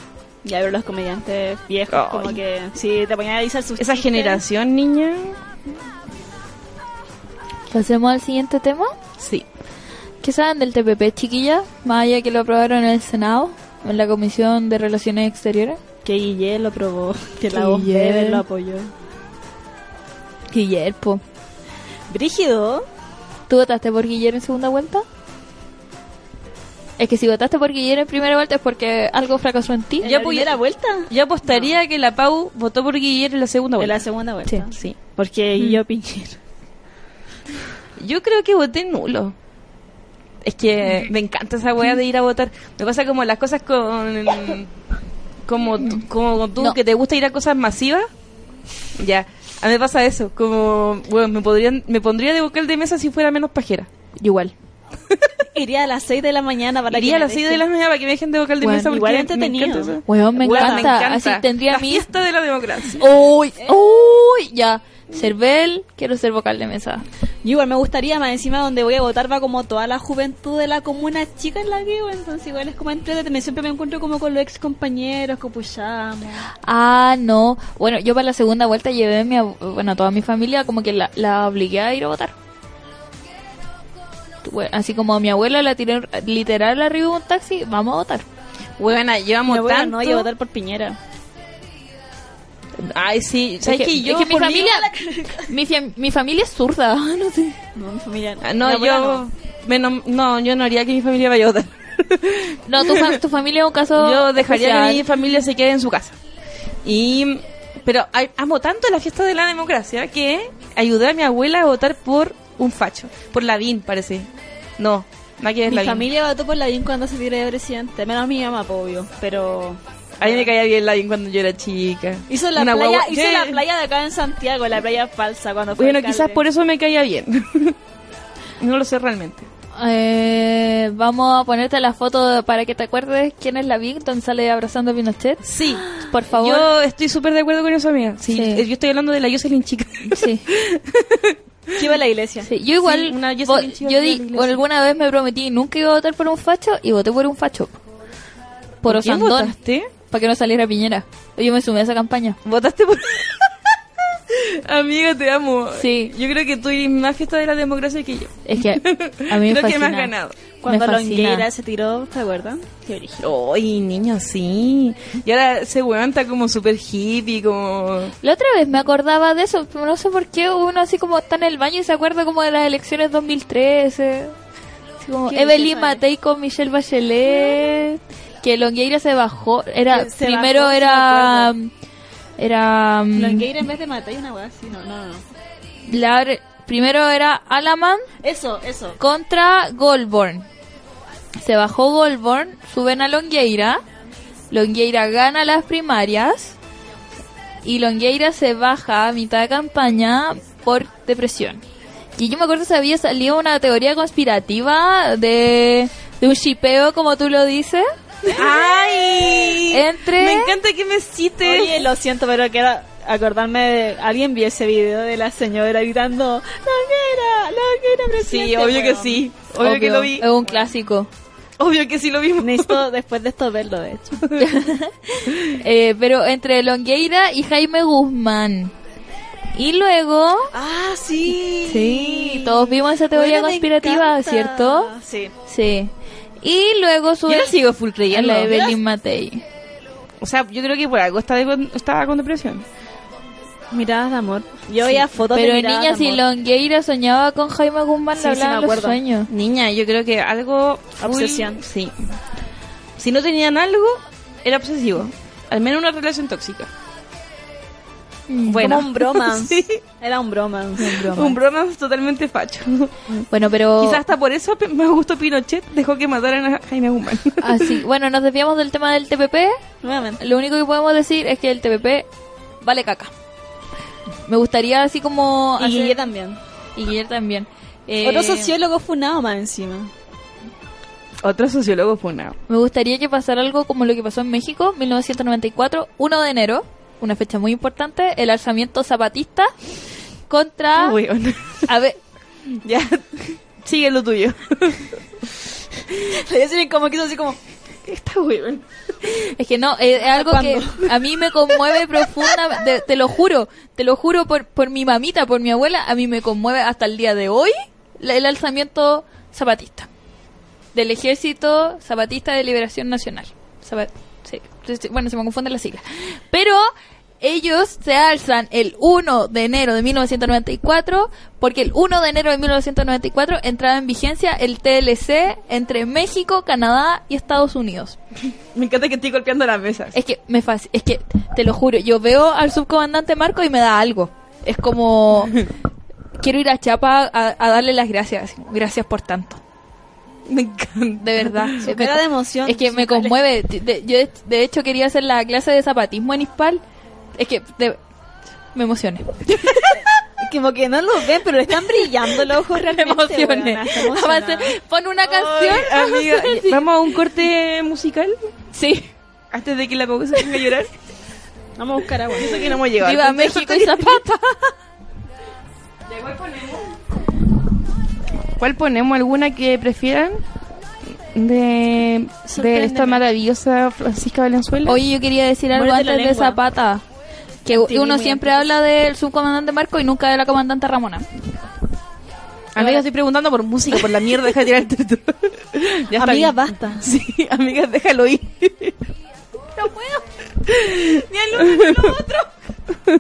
Ya ver los comediantes viejos,
Ay.
como que sí, te ponían a analizar sus
Esa
chistes.
generación, niña.
Pasemos al siguiente tema.
Sí.
¿Qué saben del TPP, chiquilla? Más allá que lo aprobaron en el Senado, en la Comisión de Relaciones Exteriores.
Que Guille lo probó, [laughs] que la
Guille.
voz Bebe lo apoyó.
Guillermo.
Brígido,
¿Tú votaste por Guillermo en segunda vuelta? Es que si votaste por Guillermo en primera vuelta es porque algo fracasó en ti.
en
Yo
la
apoyé-
primera vuelta,
Yo apostaría que la Pau votó por Guillermo en la segunda
en la
vuelta.
segunda
Sí.
vuelta.
Sí.
Porque yo Piñera.
Yo creo que voté nulo. Es que me encanta esa weá de ir a votar. Me pasa como las cosas con. Como, tú- como tú,
No.
que te gusta ir a cosas masivas. Ya. A mí me pasa eso. Como, bueno, me, podrían, me pondría de vocal de mesa si fuera menos pajera.
Igual.
[laughs] Iría a las 6 de la mañana para
Iría
que
a las 6 de la mañana para que me dejen de vocal de
Bueno,
mesa porque
igual
me
entretenido.
encanta eso.
Weón, me
Weá,
encanta. Así tendría
la
mi...
fiesta de la democracia.
Uy, uy, ya. Cervel, quiero ser vocal de mesa.
Yo igual me gustaría, más encima donde voy a votar va como toda la juventud de la comuna chica en la que vivo, entonces igual es como entretenimiento. Siempre me encuentro como con los ex compañeros, copullamos.
Ah, no. Bueno, yo para la segunda vuelta llevé a mi ab- bueno, a toda mi familia, como que la, la obligué a ir a votar. Bueno, así como a mi abuela la tiré literal arriba de un taxi, vamos a votar.
Buena, llevamos
Mi abuela
tanto.
no iba a votar por Piñera.
Ay, sí. ¿Sabes
Es
que, yo
es que mi
por mí-
familia, [laughs] mi, fia- mi familia es zurda, [laughs] no sé.
No, mi familia no.
Ah,
Mi
No,
abuela
yo. menos- no, yo no haría que mi familia vaya a votar.
No, tu, fa- tu familia es un caso
[laughs] Yo dejaría
especial.
que mi familia se quede en su casa. Y pero ay, amo tanto la fiesta de la democracia que ayudé a mi abuela a votar por un facho, por Lavín parece. No, no que es
Mi
Lavín.
familia votó por Lavín cuando se tiró de presidente, menos mi mamá, po, obvio, pero...
A mí me caía bien Lavín cuando yo era chica.
Hizo la,
Una
playa,
guagua-
hizo
Sí.
la playa de acá en Santiago, la playa falsa cuando fue
Bueno,
alcalde.
quizás por eso me caía bien. [laughs] no lo sé realmente.
Eh, vamos a ponerte la foto para que te acuerdes quién es la Big, donde sale abrazando a Pinochet.
Sí.
Por favor.
Yo estoy súper de acuerdo con eso, amiga. Sí,
Sí.
eh, Yo estoy hablando de la Jocelyn chica.
Sí.
Que iba a pues, la iglesia.
Sí, yo igual,
Sí, una- yo
vo-
soy chica
yo
de
di-
la iglesia.
alguna vez me prometí nunca iba a votar por un facho y voté por un facho. Por
¿Por quién
Osandón,
votaste?
para que no saliera Piñera. Yo me sumé a esa campaña.
Votaste por. [laughs] Amiga, te amo.
Sí.
Yo creo que tú eres más fiesta de la democracia que yo.
Es que a mí me
creo que
fascina.
me has ganado.
Cuando
me fascina.
Longueira se tiró, ¿te acuerdas? Qué origen.
Ay, niño, sí. Y ahora ese weón está como súper hippie, como.
La otra vez me acordaba de eso, pero no sé por qué uno así como está en el baño y se acuerda como de las elecciones 2013. Así como
Qué
Evelyn
belleza, ¿eh?
Matei con Michelle Bachelet. Que Longueira se bajó. era
Que se
Primero
bajó, sí me
era...
acuerdo.
Era... mm,
Longueira en vez de matar, una weá así, no, no, no.
la- primero era Alaman
Eso, eso.
contra Goldborn. Se bajó Goldborn, suben a Longueira. Longueira gana las primarias. Y Longueira se baja a mitad de campaña por depresión. Y yo me acuerdo que había salido una teoría conspirativa de, de un shipeo, como tú lo dices.
¡Ay!
Entre-
Me encanta que me cites.
Oye, lo siento, pero queda acordarme de... Alguien vio ese video de la señora gritando Longueira, Longueira
sí,
presidente.
obvio que
weón.
sí. Obvio, que lo vi.
Es un clásico.
Obvio que sí lo vimos.
Necesito después de esto verlo, de hecho.
Eh, pero entre Longueira y Jaime Guzmán. Y luego...
Ah, sí.
Sí, todos vimos esa teoría
Bueno, me
conspirativa,
encanta.
¿cierto?
Sí.
Sí. Y luego
Yo
sube
la sigo full
a
creyendo.
la Evelyn Matei.
O sea, yo creo que por algo estaba con, estaba con depresión.
Miradas de amor. Yo veía fotos
Pero
de miradas
niña,
de
si
amor.
Longueira soñaba con Jaime Guzmán,
Sí,
le
sí,
hablaban
me
los
acuerdo.
Ah.
sueños.
Niña, yo creo que algo. full-
Obsesión.
Sí. Si no tenían algo, era obsesivo. Al menos una relación tóxica. Bueno.
Como un bromance.
Sí.
[laughs] Era un bromance.
Un bromance totalmente facho.
Bueno, pero...
Quizás hasta por eso me gustó Pinochet, dejó que mataran a Jaime Guzmán.
[laughs] Así, bueno, nos desviamos del tema del TPP.
Nuevamente.
Lo único que podemos decir es que el TPP vale caca. Me gustaría así como...
Y
hacer-
Guille también.
y Guiller también. Eh,
Otro sociólogo funado más encima.
Otro sociólogo funado.
Me gustaría que pasara algo como lo que pasó en México, 1994, 1 de enero, una fecha muy importante, el alzamiento zapatista contra...
Uy, bueno.
A ver,
[laughs]
ya, sigue lo tuyo.
Le decían como quiso así como...
Está weón.
es que no, eh, es algo que
¿Cuándo?
a mí me conmueve profundamente, te, te lo juro, te lo juro por, por mi mamita, por mi abuela, a mí me conmueve hasta el día de hoy la- el alzamiento zapatista del Ejército Zapatista de Liberación Nacional. Zapa- sí, sí, sí, bueno, se me confunden las siglas. Pero ellos se alzan el 1 de enero de 1994 porque el 1 de enero de 1994 entraba en vigencia el TLC entre México, Canadá y Estados Unidos.
Me encanta que estoy golpeando las mesas.
Es que me faci- es que te lo juro, yo veo al subcomandante Marco y me da algo. Es como
[laughs]
quiero ir a Chapa a, a darle las gracias, así como, gracias por tanto.
Me encanta.
De verdad.
Su
Me
cara
co-
de emoción.
Es que me
Su cara-
conmueve. De- de- yo, de- de hecho, quería hacer la clase de zapatismo en Hispal. Es que de- me
[laughs]
emocioné.
Como que no lo ven, pero le están brillando los ojos
Me
realmente.
emocioné. [laughs]
weona, está emocionada.
Avance. Pon una canción.
Ay, amiga,
[laughs] Sí.
¿Vamos a un corte musical?
Sí.
Antes de que la Coco se venga a
[laughs]
llorar.
Vamos a buscar agua.
Eso que no hemos llegado.
Viva México y Zapata.
¿Cuál ponemos? ¿Alguna que prefieran? De, de
Sorpréndeme.
esta maravillosa Francisca Valenzuela.
Oye, yo quería decir algo
Muérdete la
antes de
lengua.
Zapata. Que uno siempre habla del subcomandante Marco y nunca de la comandante Ramona.
Amiga, estoy preguntando por música, por la mierda, deja de tirar el [laughs] tuto. Ya está
Amiga,
bien.
basta.
Sí, amiga, déjalo ir.
No puedo. [laughs] Ni al uno ni al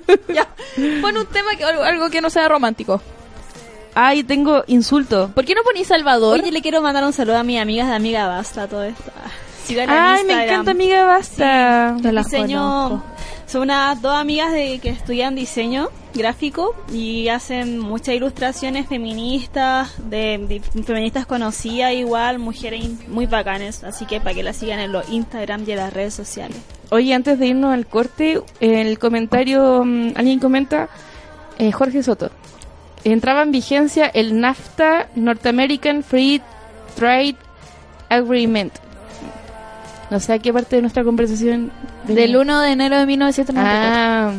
otro. [laughs] ya. Pon un tema, que, algo, algo que no sea romántico.
Ay, tengo insulto.
¿Por qué no ponís Salvador?
Oye, le quiero mandar un saludo a mis amigas de Amiga Basta, todo esto. Ah, Síganla en
Ay, me
Instagram.
encanta, amiga, basta.
No las
diseño.
conozco.
Son unas dos amigas de, que estudian diseño gráfico y hacen muchas ilustraciones feministas, de, de feministas conocidas igual, mujeres in- muy bacanes. Así que para que las sigan en los Instagram y en las redes sociales.
[laughs] Oye, antes de irnos al corte, el comentario, mm, alguien comenta, eh, Jorge Soto. Entraba en vigencia el NAFTA, North American Free Trade Agreement. No sé a qué parte de nuestra conversación.
Del 1 de enero de 1994.
Ah,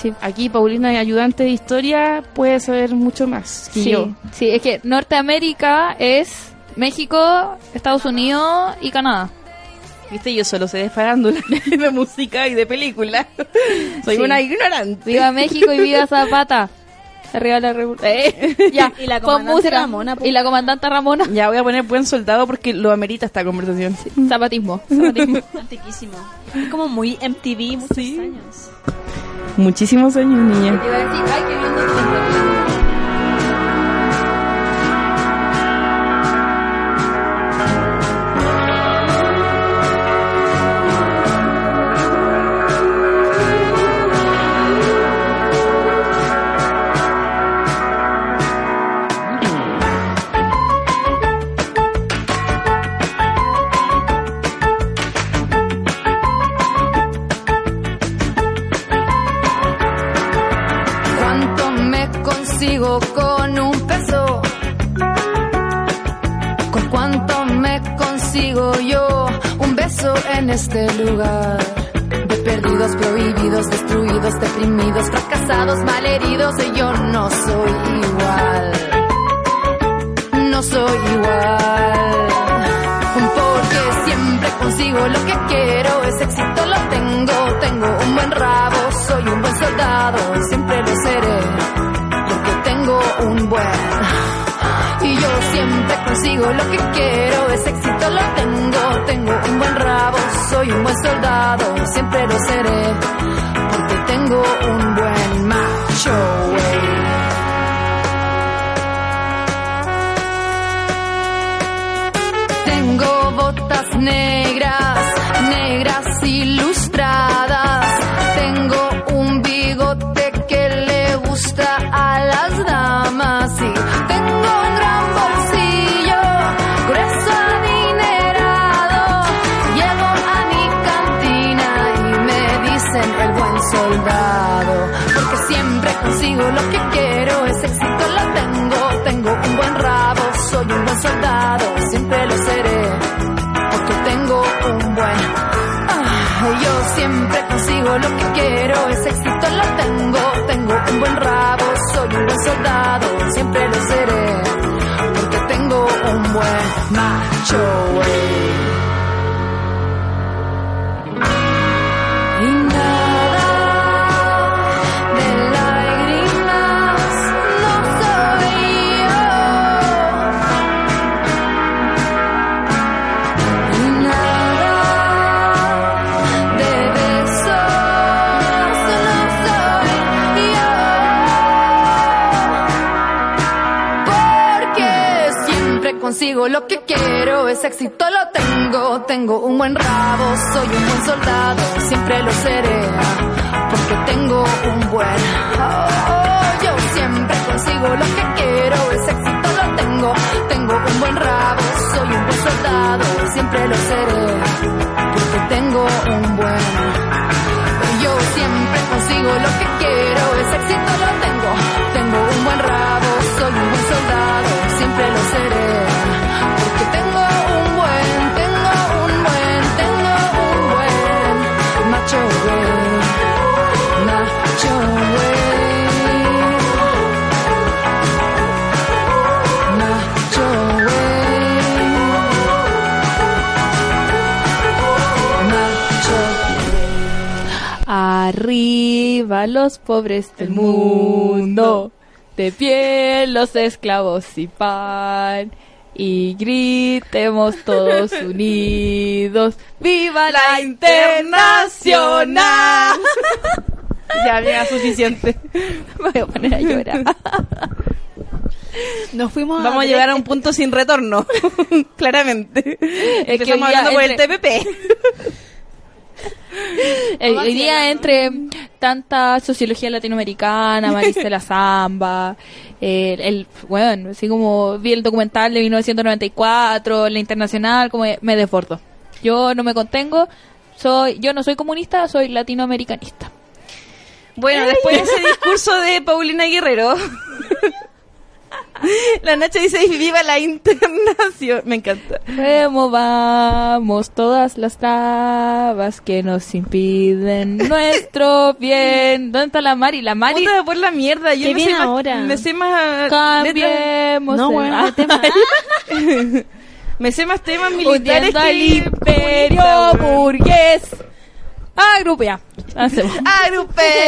sí.
aquí Paulina, ayudante de historia, puede saber mucho más que
Sí,
yo.
sí, es que Norteamérica es México, Estados Unidos y Canadá.
Viste, yo solo sé de farándula, [laughs] de música y de [laughs] película. Soy
Sí.
una ignorante.
Viva [laughs] México y viva Zapata. Arriba la revolución. [laughs] ya.
Y la
Pon
comandante
música.
Ramona, po.
Y la comandante Ramona.
Ya voy a poner buen soldado porque lo amerita esta conversación.
Zapatismo. zapatismo.
Antiquísimo. Es como muy MTV, muchos años.
Muchísimos años, niña.
Te iba a decir, ay, qué lindo que está.
¿Cuánto me consigo con un peso? ¿Con cuánto me consigo yo un beso en este lugar? De perdidos, prohibidos, destruidos, deprimidos, fracasados, malheridos, y yo no soy igual no soy igual. Porque siempre consigo lo que quiero, ese éxito lo tengo, tengo un buen rabo, soy un buen soldado, siempre lo seré, porque tengo un buen. Y yo siempre consigo lo que quiero, ese éxito lo tengo, tengo un buen rabo, soy un buen soldado, siempre lo seré, porque tengo un buen macho. güey. Tengo botas negras, negras ilustradas. Tengo un bigote consigo lo que quiero, ese éxito lo tengo, tengo un buen rabo, soy un buen soldado, siempre lo seré, porque tengo un buen... Ah, yo siempre consigo lo que quiero, ese éxito lo tengo, tengo un buen rabo, soy un buen soldado, siempre lo seré, porque tengo un buen macho, güey. Y nada de lágrimas no soy yo. Y nada de besos no soy yo. Porque siempre consigo lo que quiero, ese éxito lo tengo. Tengo un buen rabo, soy un buen soldado, siempre lo seré. Porque tengo un buen. Oh, yo siempre consigo lo que quiero, ese éxito lo tengo. Tengo un buen rabo, soy un buen soldado, siempre lo seré. Porque tengo un buen. Yo siempre consigo lo que quiero, ese éxito lo tengo. Tengo un buen rabo, soy un buen soldado, siempre lo seré. Porque tengo un buen, tengo un buen, tengo un buen macho güey, macho güey. Macho güey. Macho güey.
Arriba los pobres del
El mundo.
mundo, de pie los esclavos y pan, y gritemos [laughs] todos unidos, ¡viva la [laughs] internacional!
Ya, ya, suficiente.
Me [laughs] voy a poner a llorar.
Nos fuimos
Vamos a llegar a un punto sin retorno, claramente.
[laughs]
Es que
hoy
estamos
día
hablando por el
entre-
TPP.
[laughs] Eh, hoy día entre tanta sociología
[laughs]
latinoamericana, Maricela Zamba, el, el- bueno, así como vi el documental de 1994, la internacional, como que me desbordo. Yo no me contengo, soy, yo no soy comunista, soy latinoamericanista.
Bueno, después de ese discurso de Paulina
[laughs]
Guerrero, la Nacha dice: ¡Viva la internación! [laughs] Me encanta.
Removamos todas las trabas que nos impiden nuestro bien. ¿Dónde está la Mari? La Mari.
Puta, por la mierda. Yo
¿Qué
me sé
viene
más-
ahora?
Me sé más. letras-
[laughs] Cambiemos.
No,
el-
bueno, el
[laughs]
tema.
me sé más temas militares
Hundiendo al
que.
imperio
comunistas, weón.
burgués. Agrupe, ya. Hacemos. [laughs]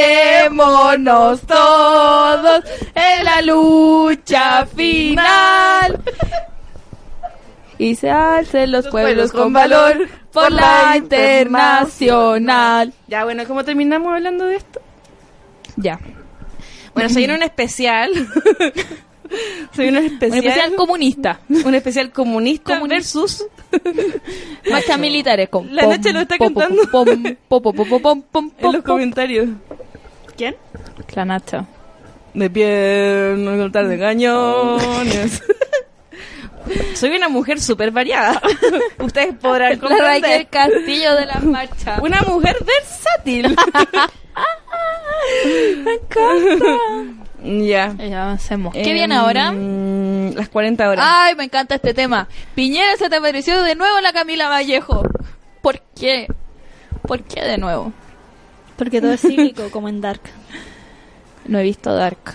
Agrupémonos todos en la lucha final. Y se alcen los, pueblos con valor por la internacional.
Ya, bueno, ¿cómo terminamos hablando de esto?
Ya.
Bueno,
[laughs]
se viene un especial. [laughs] se viene un
Un
especial.
especial comunista.
un especial comunista,
Comuni-
versus
Marchas militares eh, con.
La
pom,
Nacha lo está
po, po,
cantando.
pom, po, po, po, pom, [laughs] pom,
en los
pom.
comentarios.
¿Quién?
La Nacha.
De pie, no cortar de cañones. Oh. [laughs] Soy una mujer súper [laughs] variada. Ustedes podrán
La Raquel
comprender.
Castillo de la marcha.
[laughs] Una mujer versátil. ya.
[laughs] Ya Em, avancemos. ¿Qué
Eh,
viene ahora?
mm, Las 40 horas.
Ay, me encanta este tema. Piñera se te apareció de nuevo la Camila Vallejo. ¿Por qué? ¿Por qué de nuevo?
Porque todo es cínico, como en Dark.
No he visto Dark.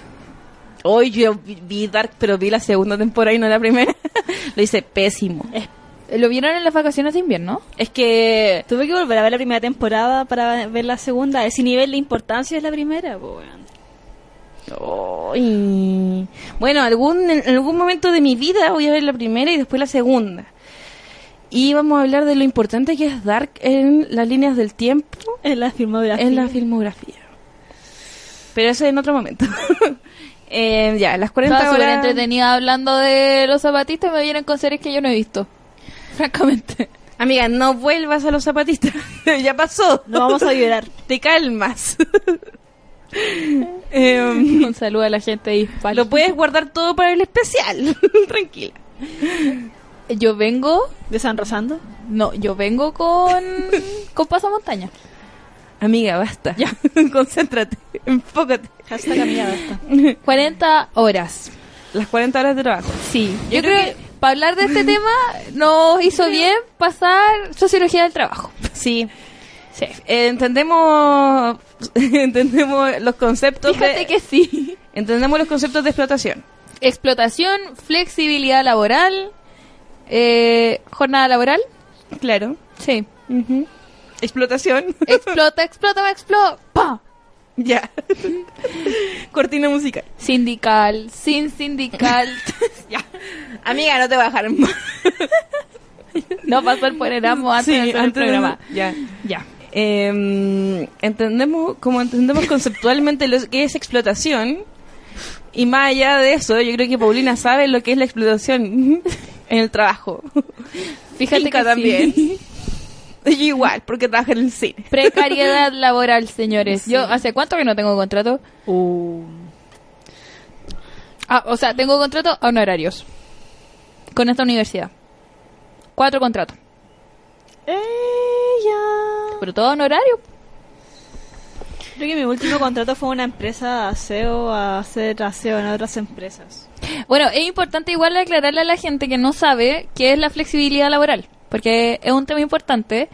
Hoy yo vi- vi Dark, pero vi la segunda temporada y no la primera. [laughs] Lo hice pésimo.
Eh, ¿Lo vieron en las vacaciones de invierno?
Es que
Tuve que volver a ver la primera temporada para ver la segunda. Ese nivel de importancia es la primera, po, weón.
Ah. Ay. Bueno, algún, en algún momento de mi vida voy a ver la primera y después la segunda. Y vamos a hablar de lo importante que es Dark en las líneas del tiempo,
Es la filmografía.
en la filmografía. Pero eso en otro momento. [laughs] Eh, ya, las 40
Estaba súper
horas...
entretenida hablando de los zapatistas y me vienen con series que yo no he visto. [laughs] Francamente.
[laughs] Amiga, no vuelvas a los zapatistas. [laughs] ya pasó.
No vamos a llorar.
Te calmas. [laughs] Em,
Un saludo a la gente de Hispal.
lo puedes guardar todo para el especial. [laughs] Tranquila.
Yo vengo...
¿De San Rosando?
[laughs]
No, yo vengo con... con Pasamontaña.
Amiga, basta. Ya, [laughs] concéntrate, enfócate.
Hashtag amiga basta.
40 horas.
Las 40 horas de trabajo.
Sí. Yo, creo, que, para hablar de
[laughs]
este tema nos hizo bien pasar sociología del trabajo.
Sí. Eh, entendemos [laughs] entendemos los conceptos
Fíjate
de,
que sí.
entendemos los conceptos de explotación.
Explotación, flexibilidad laboral, eh, jornada laboral.
Claro.
Sí.
Explotación. [laughs]
Explota, explota, explota. ¡Pa!
ya. Cortina musical.
Sindical, sin [laughs] sindical.
Ya. Amiga, no te voy a dejar más.
no pasó el panorama antes de hacer el programa.
Ya.
Ya.
Em, entendemos, como entendemos conceptualmente lo que es explotación, y más allá de eso, yo creo que Paulina sabe lo que es la explotación [laughs] en el trabajo. [laughs]
Fíjate
Inca
que
también.
sí.
Yo igual, porque trabaja en el cine.
[laughs] Precariedad laboral, señores. Yo, ¿hace cuánto que no tengo contrato? Uh. Ah, o sea, tengo contrato a honorarios. Con esta universidad. Cuatro contratos.
Ella.
Pero todo honorario.
Creo que mi último contrato fue una empresa de aseo a hacer aseo en otras empresas.
Bueno, es importante igual aclararle a la gente que no sabe qué es la flexibilidad laboral, porque es un tema importante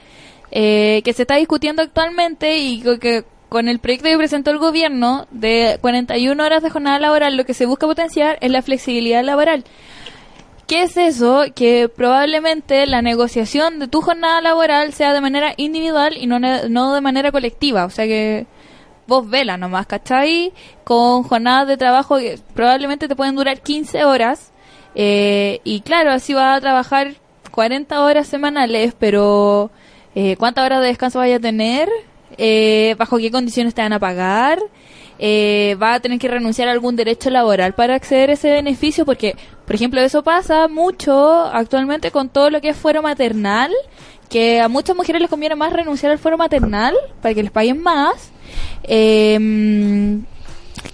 eh, que se está discutiendo actualmente y co- que con el proyecto que presentó el gobierno de 41 horas de jornada laboral lo que se busca potenciar es la flexibilidad laboral. ¿Qué es eso? Que probablemente la negociación de tu jornada laboral sea de manera individual y no, ne- no de manera colectiva. O sea que vos vela nomás, ¿cachai? Con jornadas de trabajo que probablemente te pueden durar 15 horas. eh, y claro, así vas a trabajar 40 horas semanales, pero eh, ¿cuántas horas de descanso vayas a tener? Eh, ¿Bajo qué condiciones te van a pagar? Eh, ¿Vas a tener que renunciar a algún derecho laboral para acceder a ese beneficio? Porque, por ejemplo, eso pasa mucho actualmente con todo lo que es fuero maternal, que a muchas mujeres les conviene más renunciar al fuero maternal para que les paguen más. Eh,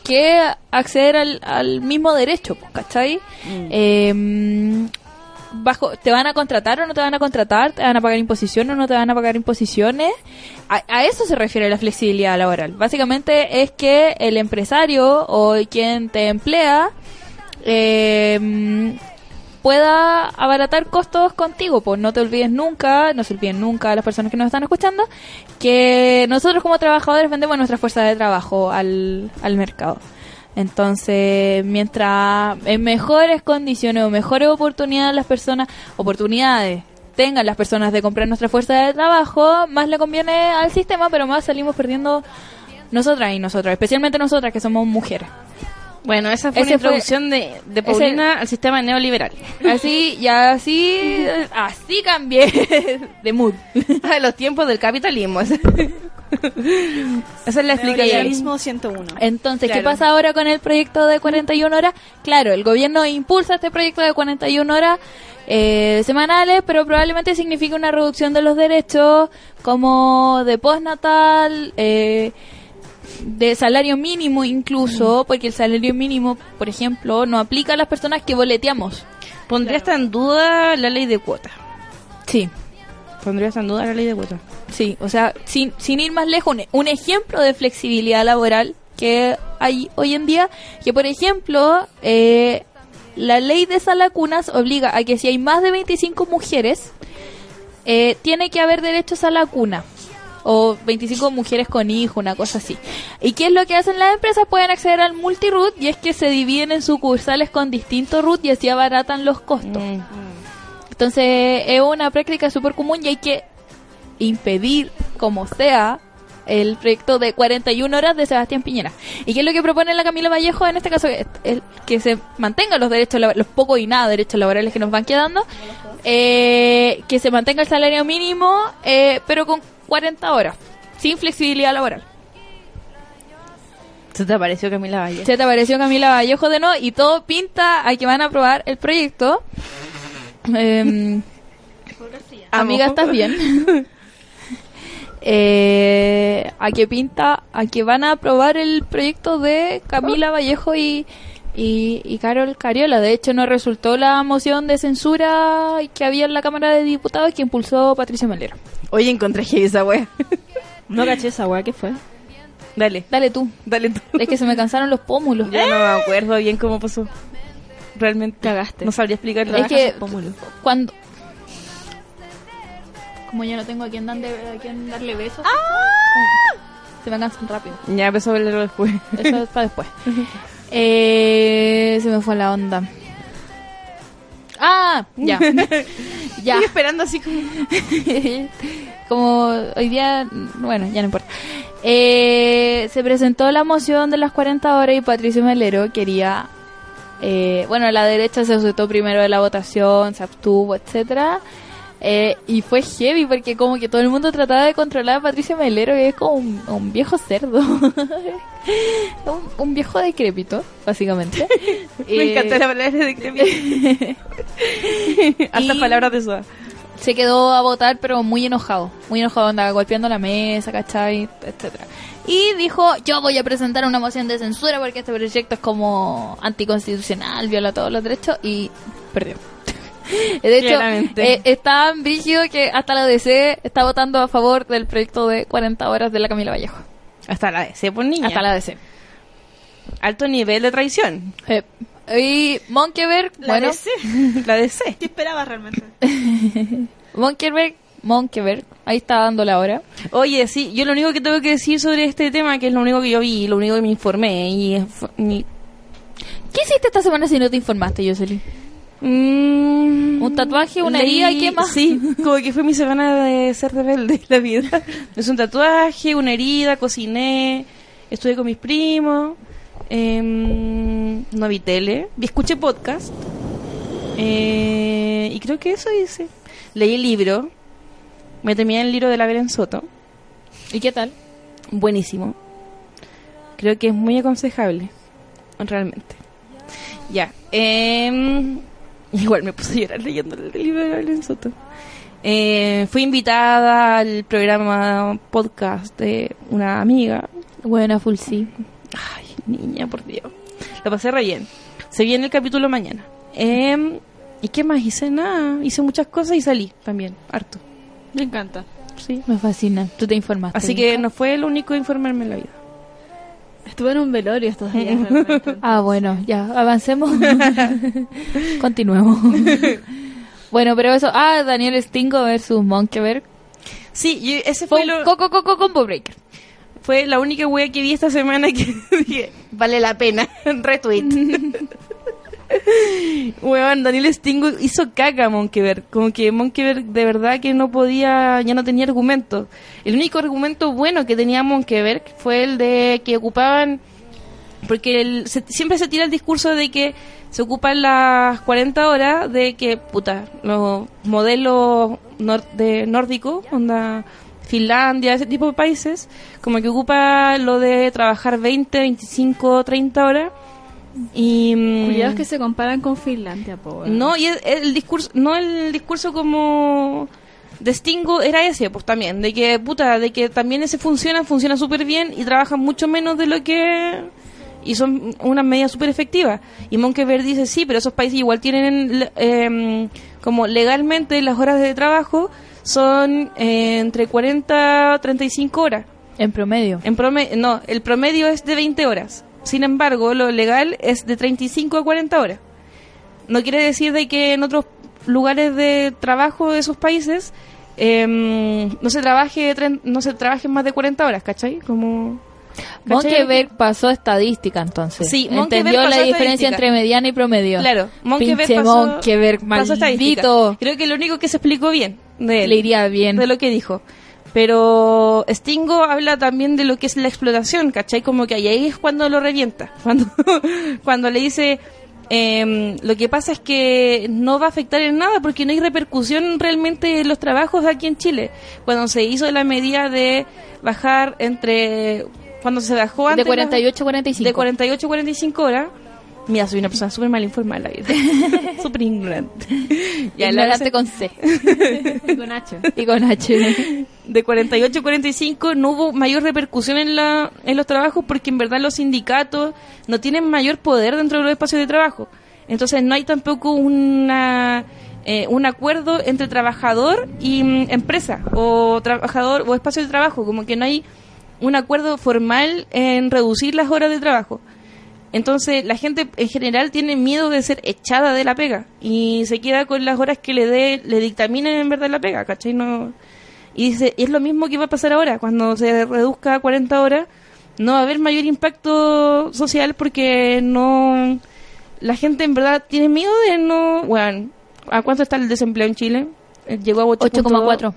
que acceder al, al mismo derecho, pues, ¿cachai? Eh, bajo, ¿Te van a contratar o no te van a contratar? ¿Te van a pagar imposiciones o no te van a pagar imposiciones? A, a eso se refiere la flexibilidad laboral. Básicamente es que el empresario o quien te emplea eh, pueda abaratar costos contigo. Pues no te olvides nunca, no se olviden nunca a las personas que nos están escuchando, que nosotros como trabajadores vendemos nuestra fuerza de trabajo al, al mercado. Entonces, mientras en mejores condiciones o mejores oportunidades las personas, oportunidades tengan las personas de comprar nuestra fuerza de trabajo, más le conviene al sistema, pero más salimos perdiendo nosotras y nosotros, especialmente nosotras que somos mujeres.
Bueno, esa fue
Ese
la
fue-
introducción de, de Paulina al sistema neoliberal. [laughs]
Así, y así, así cambié [laughs] de mood.
A los tiempos del capitalismo. [laughs] Esa es la explicación.
Neoliberalismo 101.
Entonces, ¿qué
Claro.
pasa ahora con el proyecto de 41 horas? Claro, el gobierno impulsa este proyecto de 41 horas eh, semanales, pero probablemente signifique una reducción de los derechos como de postnatal, eh, de salario mínimo incluso, porque el salario mínimo, por ejemplo, no aplica a las personas que boleteamos.
Pondría hasta en duda la ley de cuota.
Sí.
Pondría hasta en duda la ley de cuota.
Sí, o sea, sin, sin ir más lejos, un, un ejemplo de flexibilidad laboral que hay hoy en día, que por ejemplo, eh, la ley de salacunas obliga a que si hay más de 25 mujeres, eh, tiene que haber derechos a la cuna. O 25 mujeres con hijo, una cosa así. ¿Y qué es lo que hacen las empresas? Pueden acceder al multiroot y es que se dividen en sucursales con distintos root y así abaratan los costos. Entonces es una práctica súper común y hay que impedir, como sea, el proyecto de 41 horas de Sebastián Piñera. ¿Y qué es lo que propone la Camila Vallejo en este caso? Es- es que se mantengan los derechos, labo- los pocos y nada derechos laborales que nos van quedando, eh, que se mantenga el salario mínimo, eh, pero con 40 horas, sin flexibilidad laboral.
¿Se te apareció Camila Valle?
Se te apareció Camila Vallejo de no y todo pinta a que van a aprobar el proyecto. Em,
Amo.
Amiga, ¿estás bien? Eh, a que pinta, a que van a aprobar el proyecto de Camila Vallejo y, y, y Carol Cariola. De hecho, no resultó la moción de censura que había en la Cámara de Diputados que impulsó Patricio Melero.
Oye, encontré heavy esa wea. [laughs]
No caché esa weá, ¿qué fue?
Dale,
Dale tú.
dale tú.
Es que se me cansaron los pómulos.
Ya no me acuerdo bien cómo pasó. Realmente.
Cagaste.
No sabría explicarlo.
Es que
pómulos.
cuando... Como ya no tengo a quién, dan de- a quién darle besos. Se me cansan rápido.
Ya empezó a hablarlo después.
Eso es para después. Eh, se me fue la onda. Ah, ya. ya.
Estoy esperando así como.
[laughs] Como hoy día, bueno, ya no importa. Eh, se presentó la moción de las 40 horas y Patricio Melero quería, eh, bueno, la derecha se sujetó primero de la votación, se abstuvo, etcétera. Eh, y fue heavy porque como que todo el mundo trataba de controlar a Patricio Melero que es como un, un viejo cerdo. [laughs] un, un viejo decrépito, básicamente.
[laughs] Me encanta la palabra de Cremi. [laughs] Hasta
Y-
palabras de eso.
se quedó a votar, pero muy enojado. Muy enojado, andaba golpeando la mesa, ¿cachai? Etcétera. Y dijo, yo voy a presentar una moción de censura porque este proyecto es como anticonstitucional, viola todos los derechos y perdió. [laughs] De hecho,
Claramente.
eh, está tan brígido que hasta la DC está votando a favor del proyecto de 40 horas de la Camila Vallejo.
Hasta la DC por niña.
Hasta la DC.
Alto nivel de traición. [laughs]
Eh, y Monkeberg,
La
bueno,
DC.
La DC.
¿Qué esperabas realmente?
Monkeberg, Monkeberg, ahí está dando la hora.
Oye, sí, yo lo único que tengo que decir sobre este tema, que es lo único que yo vi, lo único que me informé, y es- fue- mi-
¿Qué hiciste esta semana si no te informaste, Jocelyn?
Mm,
¿Un tatuaje, una herida y qué más?
Sí, como que fue mi semana de ser rebelde [laughs] la vida. Es un tatuaje, una herida, cociné, estuve con mis primos, em, no vi tele, vi- escuché podcast, eh, y creo que eso hice. Leí el libro, me terminé el libro de la Belén Soto,
¿Y qué tal?
buenísimo. Creo que es muy aconsejable, realmente. Ya. em, [laughs] igual me puse a llorar leyendo el libro de Belén Soto. Eh, fui invitada al programa podcast de una amiga.
Buena, full sí.
Ay, niña, por Dios. La pasé re bien. Se viene el capítulo mañana. Em, ¿Y qué más? Hice nada. Hice muchas cosas y salí también, harto.
Me encanta.
Sí.
Me fascina. Tú te informaste.
Así que no fue el único informarme en la vida.
Estuve en un velorio estos [laughs] días realmente.
Ah, bueno, ya, avancemos.
[laughs]
Continuemos. bueno, pero eso. Ah, Daniel Stingo versus Monkeberg.
Sí, y ese
Fue
fue, lo-
Coco Coco Combo Breaker.
fue la única wea que vi esta semana que [laughs] dije, vale la pena, [laughs] retweet. Weón, Daniel Stingo hizo caca a Monkeberg. Como que Monkeberg de verdad que no podía, ya no tenía argumento. El único argumento bueno que tenía Monkeberg fue el de que ocupaban porque el- se- siempre se tira el discurso de que se ocupan las 40 horas de que, puta, los modelos nor- de nórdico, onda Finlandia, ese tipo de países, como que ocupa lo de trabajar 20, 25, 30 horas. Y. mm,
Cuidados que se comparan con Finlandia, po. weón.
no, y el, el discurso, no el discurso como de Stingo era ese, pues también, de que, puta, de que también ese funciona, funciona súper bien y trabajan mucho menos de lo que... Y son unas medidas súper efectivas. Y Monkeberg dice, sí, pero esos países igual tienen, le- em, como legalmente las horas de trabajo son eh, entre 40 y 35 horas.
En promedio.
En promedio, no, el promedio es de 20 horas. Sin embargo, lo legal es de 35 a 40 horas. No quiere decir de que en otros lugares de trabajo de esos países em, no se trabaje tren- no se trabajen más de 40 horas, ¿cachai? Como ¿cachai?
Monkeberg pasó estadística entonces.
Sí, Monkeberg
Entendió la
pasó
diferencia
estadística.
entre mediana y promedio.
Claro, Monkeberg
Pinche
pasó-
Monkeberg,
pasó estadística.
maldito.
Creo que lo único que se explicó bien de él.
Le iría bien.
de lo que dijo. Pero Stingo habla también de lo que es la explotación, ¿cachai? Como que ahí ahí es cuando lo revienta, [laughs] cuando, cuando le dice, em, lo que pasa es que no va a afectar en nada porque no hay repercusión realmente en los trabajos aquí en Chile. Cuando se hizo la medida de bajar entre, cuando se bajó antes...
De 48 a 45.
De 48 a 45 horas. Mira, soy
[laughs]
una persona súper mal informada, la vida. súper ignorante. [laughs] Ya, la
Ignorante con C
Con H.
y con
[laughs]
H.
de 48 a 45 no hubo mayor repercusión en, la, en los trabajos porque en verdad los sindicatos no tienen mayor poder dentro de los espacios de trabajo. Entonces no hay tampoco una eh, un acuerdo entre trabajador y mm, empresa o trabajador o espacio de trabajo, como que no hay un acuerdo formal en reducir las horas de trabajo. Entonces la gente en general tiene miedo de ser echada de la pega y se queda con las horas que le dé, le dictaminen en verdad la pega, ¿cachai? No, y dice, y es lo mismo que va a pasar ahora, cuando se reduzca a 40 horas, no va a haber mayor impacto social porque no la gente en verdad tiene miedo de no, bueno, ¿a cuánto está el desempleo en Chile? Eh, Llegó a 8.2.
8,4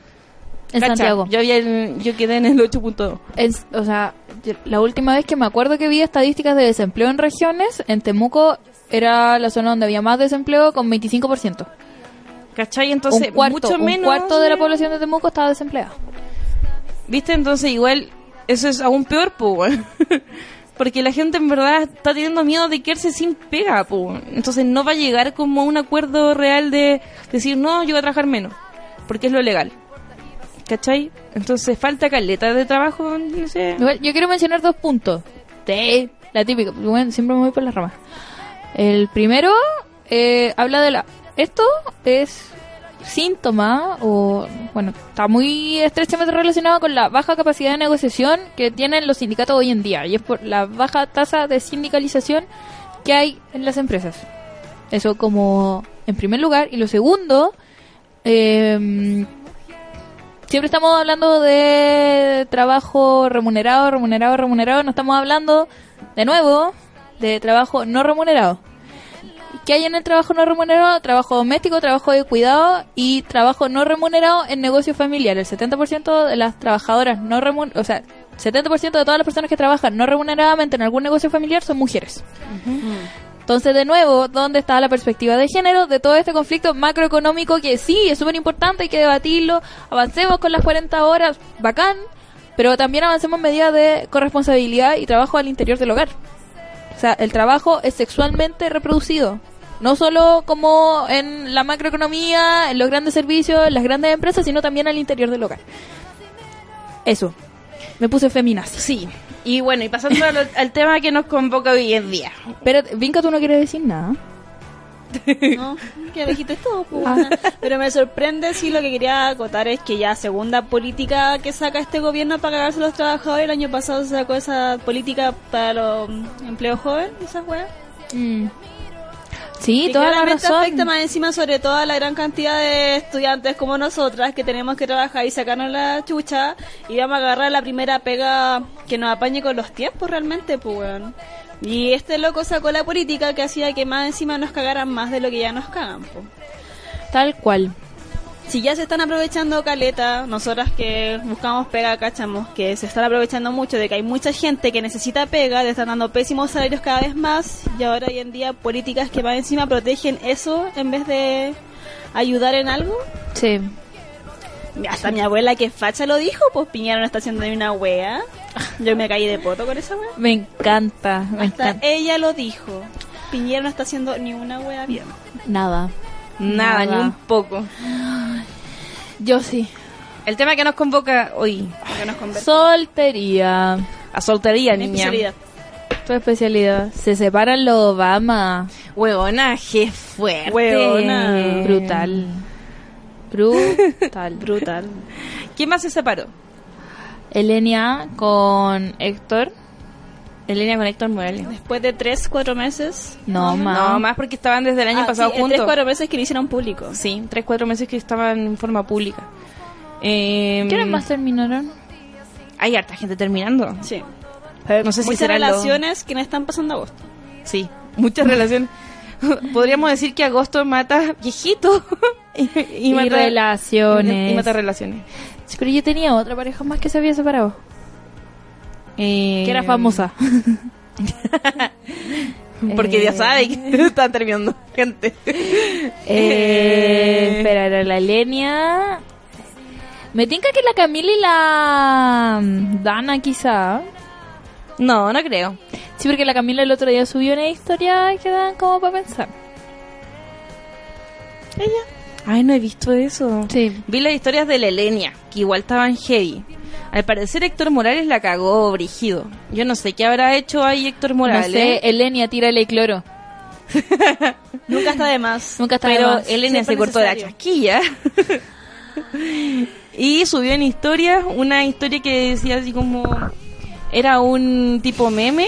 en
Cacha,
Santiago.
Yo, había el- yo quedé en el 8.2.
Es- o sea, yo- la última vez que me acuerdo que vi estadísticas de desempleo en regiones, en Temuco era la zona donde había más desempleo con 25%.
¿Cachai? Entonces,
un cuarto,
mucho
un
menos.
cuarto de la
eh,
población de Temuco estaba desempleada.
¿Viste? Entonces, igual, eso es aún peor, po, weón. [laughs] Porque la gente en verdad está teniendo miedo de quedarse sin pega, po. Entonces, no va a llegar como a un acuerdo real de decir, no, yo voy a trabajar menos. Porque es lo legal. ¿Cachai? Entonces, falta caleta de trabajo, no sé.
Igual, yo quiero mencionar dos puntos. Sí, la típica. Bueno, siempre me voy por las ramas. El primero eh, habla de la... Esto es síntoma o, bueno, está muy estrechamente relacionado con la baja capacidad de negociación que tienen los sindicatos hoy en día y es por la baja tasa de sindicalización que hay en las empresas. Eso como en primer lugar. Y lo segundo, eh, Siempre estamos hablando de trabajo remunerado, remunerado, remunerado. No estamos hablando, de nuevo, de trabajo no remunerado. ¿Qué hay en el trabajo no remunerado? Trabajo doméstico, trabajo de cuidado y trabajo no remunerado en negocio familiar. El 70% de las trabajadoras no remuneradas, o sea, 70% de todas las personas que trabajan no remuneradamente en algún negocio familiar son mujeres. Entonces, de nuevo, ¿dónde está la perspectiva de género de todo este conflicto macroeconómico que sí, es súper importante, hay que debatirlo, avancemos con las 40 horas, bacán, pero también avancemos en medidas de corresponsabilidad y trabajo al interior del hogar. O sea, el trabajo es sexualmente reproducido. No solo como en la macroeconomía, en los grandes servicios, en las grandes empresas, sino también al interior del hogar. Eso. Me puse feminazi.
Sí. Y bueno, y pasando [laughs] al, al tema que nos convoca hoy en día.
Pero, Vinca, tú no quieres decir nada. [laughs]
No, que dijiste todo,
Ah.
po, weona. Pero me sorprende si lo que quería acotar es que ya segunda política que saca este gobierno para cagarse a los trabajadores. El año pasado sacó esa política para los mm, empleos jóvenes, esas weas.
Mm. Sí,
que
toda la
claramente
razón.
afecta más encima sobre todo a la gran cantidad de estudiantes como nosotras que tenemos que trabajar y sacarnos la chucha y vamos a agarrar la primera pega que nos apañe con los tiempos realmente, pues weón. Y este loco sacó la política que hacía que más encima nos cagaran más de lo que ya nos cagan, pues.
Tal cual.
Si ya se están aprovechando caleta, nosotras que buscamos pega, cachamos que se están aprovechando mucho de que hay mucha gente que necesita pega, le están dando pésimos salarios cada vez más y ahora hoy en día políticas que más encima protegen eso en vez de ayudar en algo.
Sí.
Hasta mi abuela que es facha lo dijo, pues Piñera no está haciendo ni una wea. Yo me caí de poto con esa wea.
Me encanta, me
Hasta
encanta.
ella lo dijo. Piñera no está haciendo ni una wea bien.
Nada.
Nada,
Nada.
ni un poco.
Yo sí.
El tema que nos convoca hoy.
Que nos conversa.
Soltería.
A soltería,
En
niña.
especialidad.
Tu especialidad. Se separan los Obama.
Huevonaje fuerte.
Hueona. Eh.
Brutal.
[laughs]
Brutal.
Brutal.
¿Quién más se separó?
Elenia con Héctor.
Elena con Héctor Morales.
Después de tres, cuatro meses.
No, más.
No, más porque estaban desde el año
Ah,
pasado
sí, en
juntos.
Tres, cuatro meses que lo hicieron público.
Sí, tres, cuatro meses que estaban en forma pública. Eh,
¿Quiénes más terminaron?
Hay harta gente terminando.
Sí.
No sé si
Muchas
serán
relaciones que no están pasando agosto.
Sí, [laughs] muchas relaciones. Podríamos decir que agosto mata viejito. [laughs] y, y
Y,
mata-
relaciones.
Y mata relaciones.
Sí, Pero yo tenía otra pareja más que se había separado.
Eh,
Que era famosa.
[laughs] Porque ya sabe que [laughs] están terminando [laughs] gente.
Eh,
Eh.
espera, era la Lenia. Me tinca que la Camila y la mm, Dana quizá.
No, no creo.
Sí, porque la Camila el otro día subió una historia que dan como para pensar.
Ay, no he visto eso.
Sí.
Vi las historias de la Elenia, que igual estaban heavy. Al parecer Héctor Morales la cagó, Brigido. Yo no sé qué habrá hecho ahí Héctor
No
Morales.
sé, Elenia, tírale cloro.
Nunca está de más.
[laughs] Nunca está de
Pero
más.
Elena
Siempre
se cortó la
necesario.
chasquilla. [laughs] y subió en historia una historia que decía así como... Era un tipo meme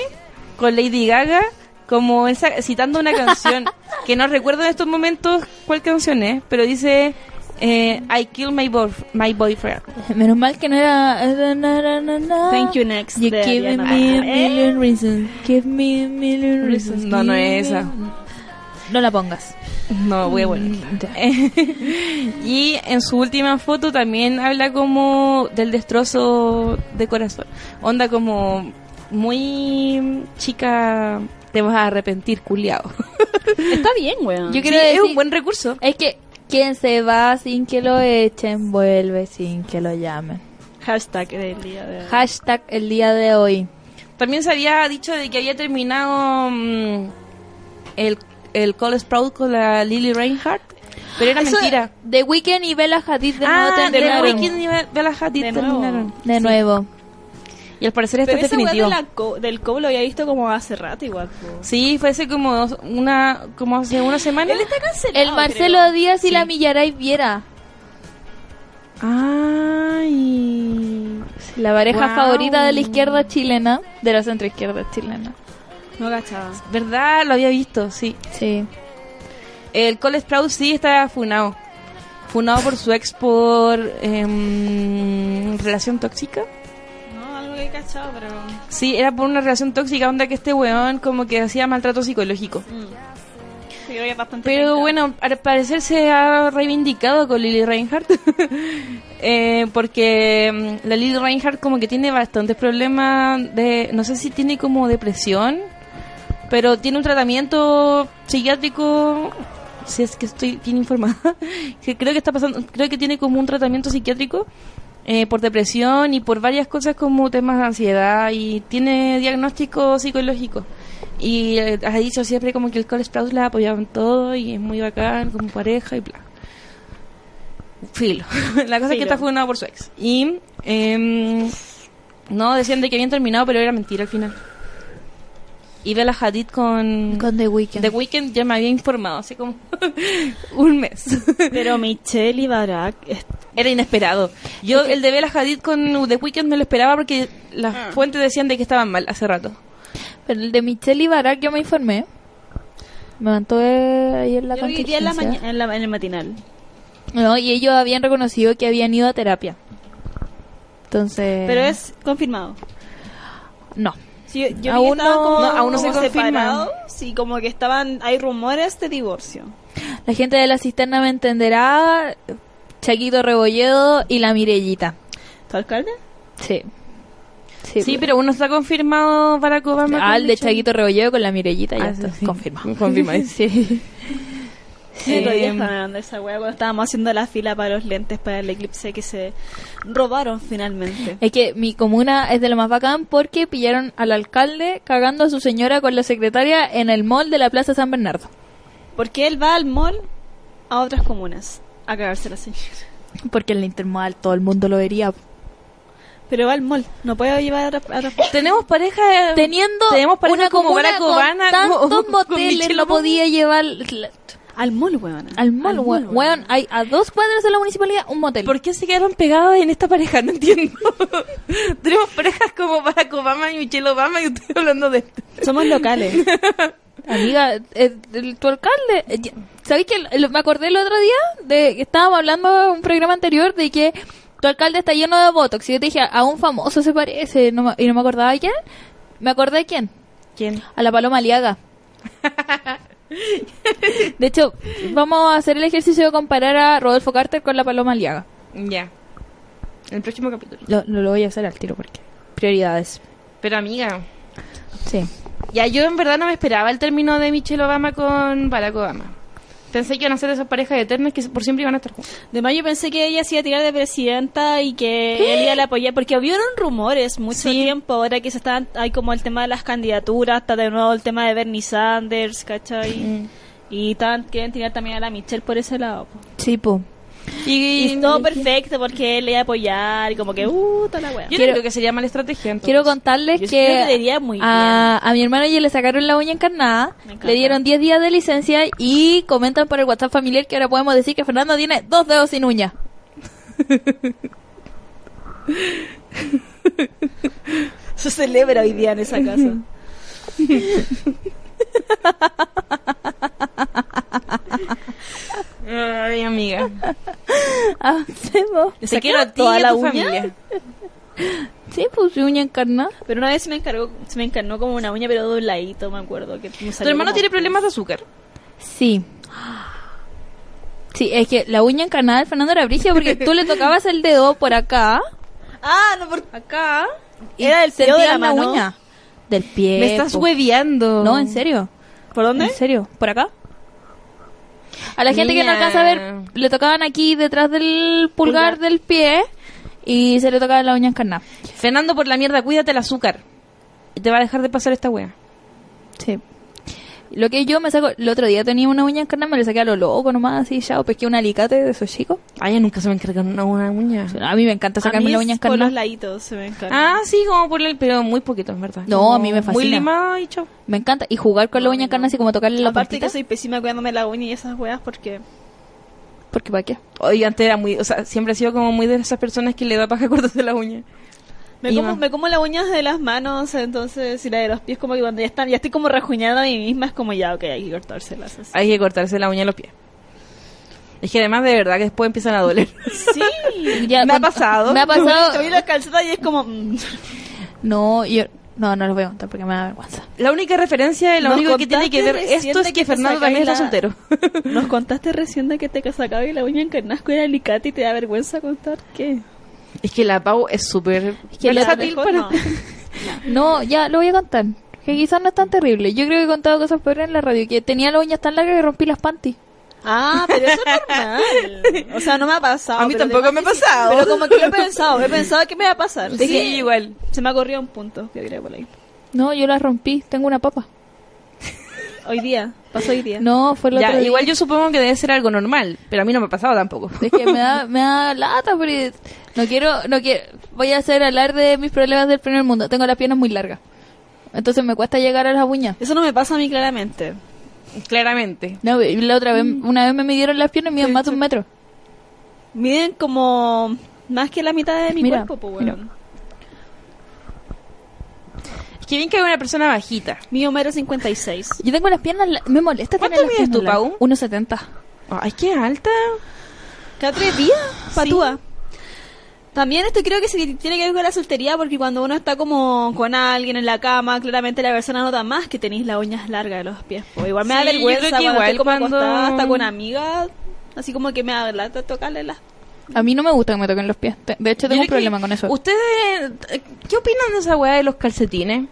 con Lady Gaga, como esa- citando una canción. [laughs] que no recuerdo en estos momentos cuál canción es, pero dice... eh, I kill my, boyf- my boyfriend.
Menos mal que no era. na, na, na, na.
Thank you next.
You
de
give me a
Ariana Grande. Eh,
million reasons. Give me a million reasons.
No, no es
give me-
esa.
No la pongas.
No, voy a volver.
Ya.
[laughs] y en su última foto también habla como del destrozo de corazón. Onda como muy chica, te vas a arrepentir, culiao. [laughs]
Está bien, weón.
Yo
Sí,
quiero
es
decir-
un buen recurso.
Es que quien se va sin que lo echen, vuelve sin que lo llamen.
Hashtag del día de hoy.
Hashtag el día de hoy.
También se había dicho de que había terminado mm, el, el Cole Sprout con la Lily Reinhardt, pero era
Ah, Eso-
mentira.
The Weeknd y Bella Hadid de nuevo
ah, de
terminaron.
Weeknd y Be- Bella Hadid
De nuevo.
terminaron.
De nuevo.
Y al parecer este es
Pero esa weá
definitivo.
de la co- del cobo lo había visto como hace rato igual. po.
Sí, fue hace como dos- una como hace una semana.
El Marcelo Díaz y la Millaray Viera.
Ay.
La pareja
Wow.
favorita de la izquierda chilena. De la centroizquierda chilena.
No cachaba.
¿Verdad? Lo había visto, sí.
Sí.
El Cole Sprout sí está funado. Funado por su ex por em, relación tóxica.
No, algo que cachaba, pero.
Sí, era por una relación tóxica, onda que este weón como que hacía maltrato psicológico.
mm. Creo que es bastante.
Pero
lenta.
bueno, al parecer se ha reivindicado con Lily Reinhardt. [laughs] Eh, porque mm, la Lily Reinhardt como que tiene bastantes problemas de... No sé si tiene como depresión, pero tiene un tratamiento psiquiátrico... Si es que estoy bien informada. [laughs] que creo que está pasando... Creo que tiene como un tratamiento psiquiátrico eh, por depresión y por varias cosas como temas de ansiedad y tiene diagnóstico psicológico. Y eh, ha dicho siempre como que el Cole Sprouse la apoyaba en todo y es muy bacán como pareja y bla. Filo. [laughs] la cosa es que
Filo.
está funado por su ex. Y em, no, decían de que habían terminado, pero era mentira al final. Y Bella Hadid con,
Con The Weeknd.
The Weeknd ya me había informado hace como [laughs] un mes.
[laughs] Pero Michelle y Barack. es-
Era inesperado. Yo el de Bella Hadid con The Weeknd me lo esperaba porque las fuentes decían de que estaban mal hace rato.
Pero el de Michelle y Barack yo me informé. Me mantuve ahí en la
Yo lo vi hoy día en, la
contingencia.
maña- en, la- en el matinal.
No, y ellos habían reconocido que habían ido a terapia. Entonces...
Pero es confirmado.
No.
Sí, yo- yo vi que
Aún
estaban
no-
como,
no, aún
no se
como
confirma.
separados y como que estaban. Hay rumores de divorcio.
La gente de la cisterna me entenderá. Chaquito Rebolledo y la Mirellita.
¿Tu alcalde?
Sí. Sí,
Sí, pues. pero uno está confirmado Barack Obama.
Ah,
con
el de
Michelle.
Chaquito Rebolledo con la Mirellita ya
Ah,
está
sí, sí. [laughs]
confirmado.
Confirmado.
sí.
Sí,
Eh,
todavía estaban hablando de esa wea cuando estábamos haciendo la fila para los lentes para el eclipse que se robaron finalmente.
[laughs] Es que mi comuna es de lo más bacán porque pillaron al alcalde cagando a su señora con la secretaria en el mall de la Plaza San Bernardo.
Porque él va al mall a otras comunas a cagarse la señora.
Porque en la intermodal todo el mundo lo vería.
Pero va al mall, no puede llevar a otras- a otras
Tenemos pareja.
Teniendo
tenemos pareja
una
como
comuna
Barack
con
Obama,
tantos
[laughs] con- con
moteles,
Michelle
no
Obama.
podía llevar la-
Al mall, weón.
al mall, weón. Weón, Hay a dos cuadras de la municipalidad un motel.
¿Por qué se quedaron pegados en esta pareja? No [laughs] entiendo. Tenemos parejas como Barack Obama y Michelle Obama y ustedes hablando de esto.
Somos locales.
Amiga, eh, el- tu alcalde. eh, ya- ¿Sabéis que el- lo- me acordé el otro día de que estábamos hablando en un programa anterior de que tu alcalde está lleno de botox? Y yo te dije, a un famoso se parece, no me- y no me acordaba de quién. ¿Me acordé de quién?
¿Quién?
A la Paloma [laughs] Aliaga. De hecho, vamos a hacer el ejercicio de comparar a Rodolfo Carter con la Paloma Aliaga.
Ya. El próximo capítulo.
Lo, lo, lo voy a hacer al tiro porque. Prioridades.
Pero amiga,
Sí.
ya yo en verdad no me esperaba el término de Michelle Obama con Barack Obama. Pensé que iban a ser esas parejas eternas que por siempre iban a estar juntas.
Además, yo pensé que ella se iba a tirar de presidenta y que él iba a la apoyar, porque hubieron rumores mucho tiempo ahora que se están, hay como el tema de las candidaturas, está de nuevo el tema de Bernie Mm. Sanders, ¿cachai? Y tan, quieren tirar también a la Michelle por ese lado. po.
Sí, po.
Y,
Y,
todo perfecto porque él le iba a apoyar y como que, uh, toda la wea.
yo no
Quiero-
creo que sería mala estrategia. entonces.
Quiero contarles
Yo
que,
creo que le iría muy
a, a mi hermano ya le sacaron la uña encarnada,
Me encanta.
le dieron 10 días de licencia y comentan por el WhatsApp familiar que ahora podemos decir que Fernando tiene dos dedos sin
[laughs]
uña.
Se celebra hoy día en esa casa.
Ay, amiga.
Avancemos.
Te
¿Se
quiero
queda
a ti
toda
y a
la
tu
uña?
familia.
Sí, pues uña encarnada.
[laughs] Pero una vez se me encargó, se me encarnó como una uña, pero de un ladito, me acuerdo. Que me
Tu
salió
hermano
como-
tiene problemas de azúcar.
Sí. Sí, es que la uña encarnada de Fernando era brigia porque tú le tocabas el dedo por acá
Ah, no, por acá.
y
Era del pie o de la
sentías la
mano.
uña del pie.
Me estás
po.
hueviando.
No, en serio.
¿Por dónde?
¿En serio? ¿Por acá? A la gente que no
Mira.
alcanza a ver, le tocaban aquí detrás del pulgar,
Pulgar.
del pie y se le tocaba la uña encarnada.
Fernando, por la mierda, cuídate el azúcar. Y te va a dejar de pasar esta wea.
Sí. Lo que yo me saco, el otro día tenía una uña encarnada, me la saqué a lo loco nomás, así, ya, o pesqué un alicate de esos chicos.
Ay, yo nunca se me encargaron una, una uña.
A mí me encanta
A mí
sacarme la
es
uña
Por los
encarnada.
laditos se me encarnó.
Ah, sí, como por el... Pero muy poquito, en verdad.
No,
Como
a mí me
Muy
fascina.
limado y chao.
Me encanta. Y jugar con la uña encarnada, así como tocarle la
Aparte
partita.
que soy pésima cuidándome la uña y esas weas porque...
Porque para
[laughs]
qué.
Oye, antes era muy... O sea, siempre he sido como muy de esas personas que le da paja [laughs] cortarse la uña.
Me
Y
como,
más.
me como las uñas de las manos, entonces, y la de los pies, como que cuando ya están, ya estoy como rajuñada a mí misma, es como ya, ok, hay que cortárselas. así.
Hay que cortarse la uña en los pies. Es que además de verdad que después empiezan a doler. [laughs]
[laughs] Sí.
Ya,
Me ha
cuando- [laughs]
pasado.
[laughs]
Me ha
Te
pasado.
vi las calcetas y es como. mm.
No, yo. No, no los voy a contar porque me da vergüenza.
La única referencia, lo
Nos
único que tiene que ver
contaste
esto es
reciente
que,
que te
Fernando
sacáis
también está
la-
soltero. [laughs]
[laughs] Nos contaste recién de que te sacaba y la uña en carnasco era alicate y te da vergüenza contar que.
es que la Pau es súper...
que la-
versátil para-
no.
No, ya lo voy a contar. Que quizás no es tan terrible. Yo creo que he contado cosas peores en la radio. Que tenía la uña tan larga que rompí las panties.
Ah, pero eso es normal. O sea, no me ha pasado.
A mí
pero
tampoco
demás
me ha
que sí.
pasado.
Pero como que lo he pensado, he pensado que me va a
[laughs]
pasar.
Sí,
Así que
igual.
Se me ha corrido un punto, yo diría por ahí.
No, yo las rompí. Tengo una papa.
Hoy día, pasó hoy día.
No, fue lo
Ya,
otro día.
igual yo supongo que debe ser algo normal, pero a mí no me ha pasado tampoco.
Es que me da, me da lata, pero no quiero, no quiero, voy a hacer alarde de mis problemas del primer mundo. Tengo las piernas muy largas. Entonces me cuesta llegar a las uñas.
Eso no me pasa a mí claramente.
[laughs] Claramente.
No, y la otra vez,
Mm.
una vez me midieron las piernas y miden más de un metro.
Miden como más que la mitad de mi
Mira,
cuerpo, pues,
mira.
weón.
Es que bien que hay una persona bajita.
Mi Homero 56.
Yo tengo las piernas, la- me molesta tener
¿Cuánto
las
mides
piernas
tú,
largas.
Pau?
1,70.
Ay, qué alta.
¿Qué atrevía? Patúa. También esto creo que se tiene que ver con la soltería porque cuando uno está como con alguien en la cama, claramente la persona nota más que tenéis las uñas largas de los pies. po. Igual me da
Sí, yo creo
vergüenza
que
cuando
igual
estoy como
cuando-
acostada, hasta con amigas, así como que me da lata tocarle las...
A mí no me gusta que me toquen los pies. Te- De hecho, tengo un
Yo creo que-
problema con eso.
¿Ustedes eh, qué opinan de esa weá de los calcetines?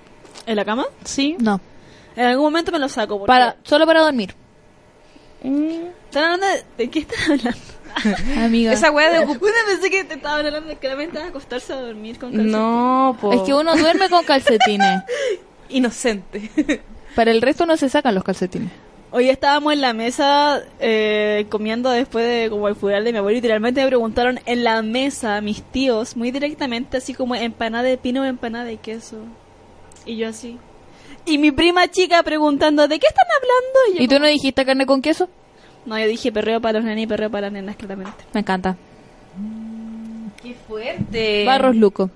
¿En la cama?
Sí.
No,
En algún momento me lo saco. Porque...
para, solo para
[laughs]
dormir.
Mm.
¿Están hablando de... ¿De qué estás hablando? [laughs]
Amiga.
Esa weá [laughs] de ocup-
Una pensé que te estaban hablando de claramente de acostarse a dormir con calcetín.
No, po.
Es que uno duerme con calcetines.
[laughs] Inocente.
Para el resto no se sacan los calcetines.
Hoy estábamos en la mesa eh, comiendo después de como el funeral de mi abuelo y literalmente me preguntaron en la mesa mis tíos muy directamente así como empanada de pino o empanada de queso. Y yo así. Y mi prima chica preguntando, ¿de qué están hablando? Y
¿Y
yo,
tú no dijiste carne con queso?
No, yo dije perreo para los nenes y perreo para las nenas, claramente.
Me encanta.
Qué fuerte.
Eh, Barros Luco.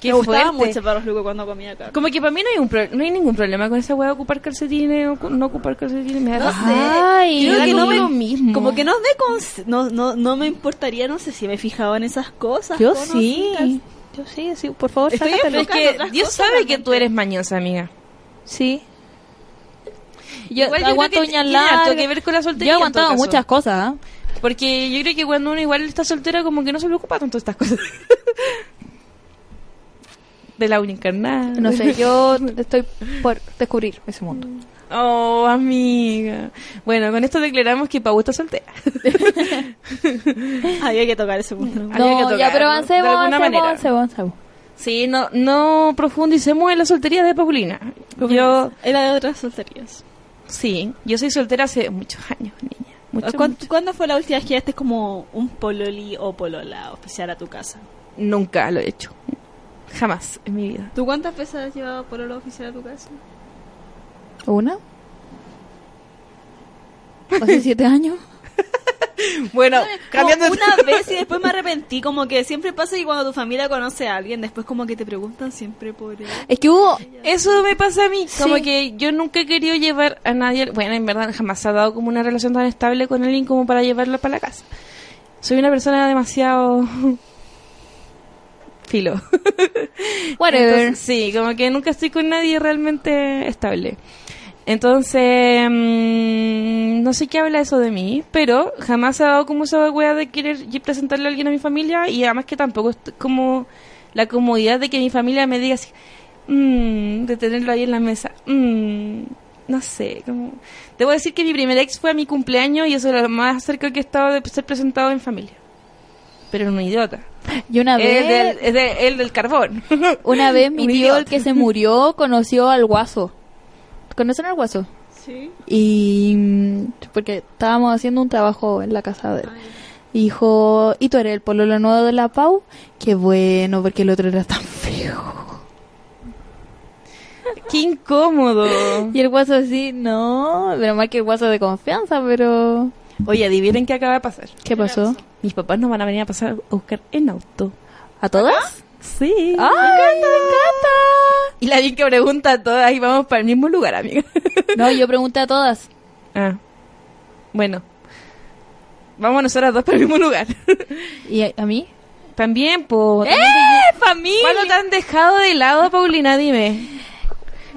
Qué
me gustaba
fuerte.
mucho Barros Luco cuando comía acá.
Como que para mí no hay, un pro- no hay ningún problema con esa weá de ocupar calcetines o cu- no ocupar calcetines. Me da
No
paja.
sé,
Ay,
creo
da
que no
como
me,
lo mismo.
Como que no me, cons- no, no, no me importaría, no sé si me fijaba en esas cosas.
Yo
cono,
sí.
así,
Yo sí, sí, por favor,
Estoy
sácatelo.
Pero es
Buscando
que
otras
Dios
cosas
sabe que
realmente.
tú eres mañosa, amiga.
Sí. Yo
Igual yo
aguanto
creo que
uñas
tiene harto
largas.
que ver con la
Yo
soltería,
he
en
aguantado
todo caso.
muchas cosas. ¿ah?
Porque yo creo que cuando uno igual está soltera, como que no se preocupa tanto de estas cosas. [laughs] de la uña encarnada.
No sé, yo estoy por descubrir ese mundo.
Oh, amiga. Bueno, con esto declaramos que Pau está soltera.
Había que tocar ese punto.
Había que
No, ya,
tocarlo,
pero avancemos,
de alguna
avancemos,
manera.
avancemos, avancemos.
[laughs] Sí, no, no profundicemos en la soltería de Paulina. Yo,
Era de otras solterías.
sí, yo soy soltera hace muchos años, niña. Mucho,
¿Cuán-
mucho.
¿Cuándo fue la última vez que este como un pololi o polola oficial a tu casa?
Nunca lo he hecho. Jamás en mi vida.
¿Tú cuántas veces has llevado pololo oficial a tu casa?
[laughs]
¿Una? ¿Hace siete años?
Bueno, cambiando
Como una vez y después me arrepentí, como que siempre pasa que cuando tu familia conoce a alguien, después como que te preguntan siempre por él.
Es que hubo...
Eso me pasa a mí,
Sí.
como que yo nunca he querido llevar a nadie, al- bueno, en verdad jamás se ha dado como una relación tan estable con alguien como para llevarlo para la casa. Soy una persona demasiado filo.
Whatever.
Entonces, sí, como que nunca estoy con nadie realmente estable. Entonces, mm, no sé qué habla eso de mí, pero jamás se ha dado como esa wea de querer y presentarle a alguien a mi familia y además que tampoco es como la comodidad de que mi familia me diga así, mm, de tenerlo ahí en la mesa. mm, no sé, como... Debo decir que mi primer ex fue a mi cumpleaños y eso era lo más cerca que he estado de ser presentado en familia. Pero era un idiota.
Y una vez...
Es Eh, del, es de- el
[laughs]
del carbón.
Una vez mi
Un
tío,
idiota.
el que se murió, conoció al guaso. ¿Conocen al guaso?
Sí.
Y... mm, Porque estábamos haciendo un trabajo en la casa de él. Y Dijo, ¿y tú eres el pololo nuevo de la Pau? Qué bueno, porque el otro era tan feo.
Qué incómodo.
Y el guaso así, no, pero más que el guaso de confianza, pero...
Oye, adivinen qué acaba de pasar.
¿Qué pasó?
Mis papás nos van a venir a pasar a buscar en auto.
¿A todas?
Sí.
¡Ay, me encanta!
Y la vi que pregunta a todas y vamos para el mismo lugar, amiga.
[laughs] No, yo pregunté a todas.
ah. Bueno. Vamos nosotras dos para el mismo
[laughs]
lugar.
¿Y a, a mí?
También, pues.
¡Eh, familia!
¿Cuándo te han dejado de lado, Paulina? Dime.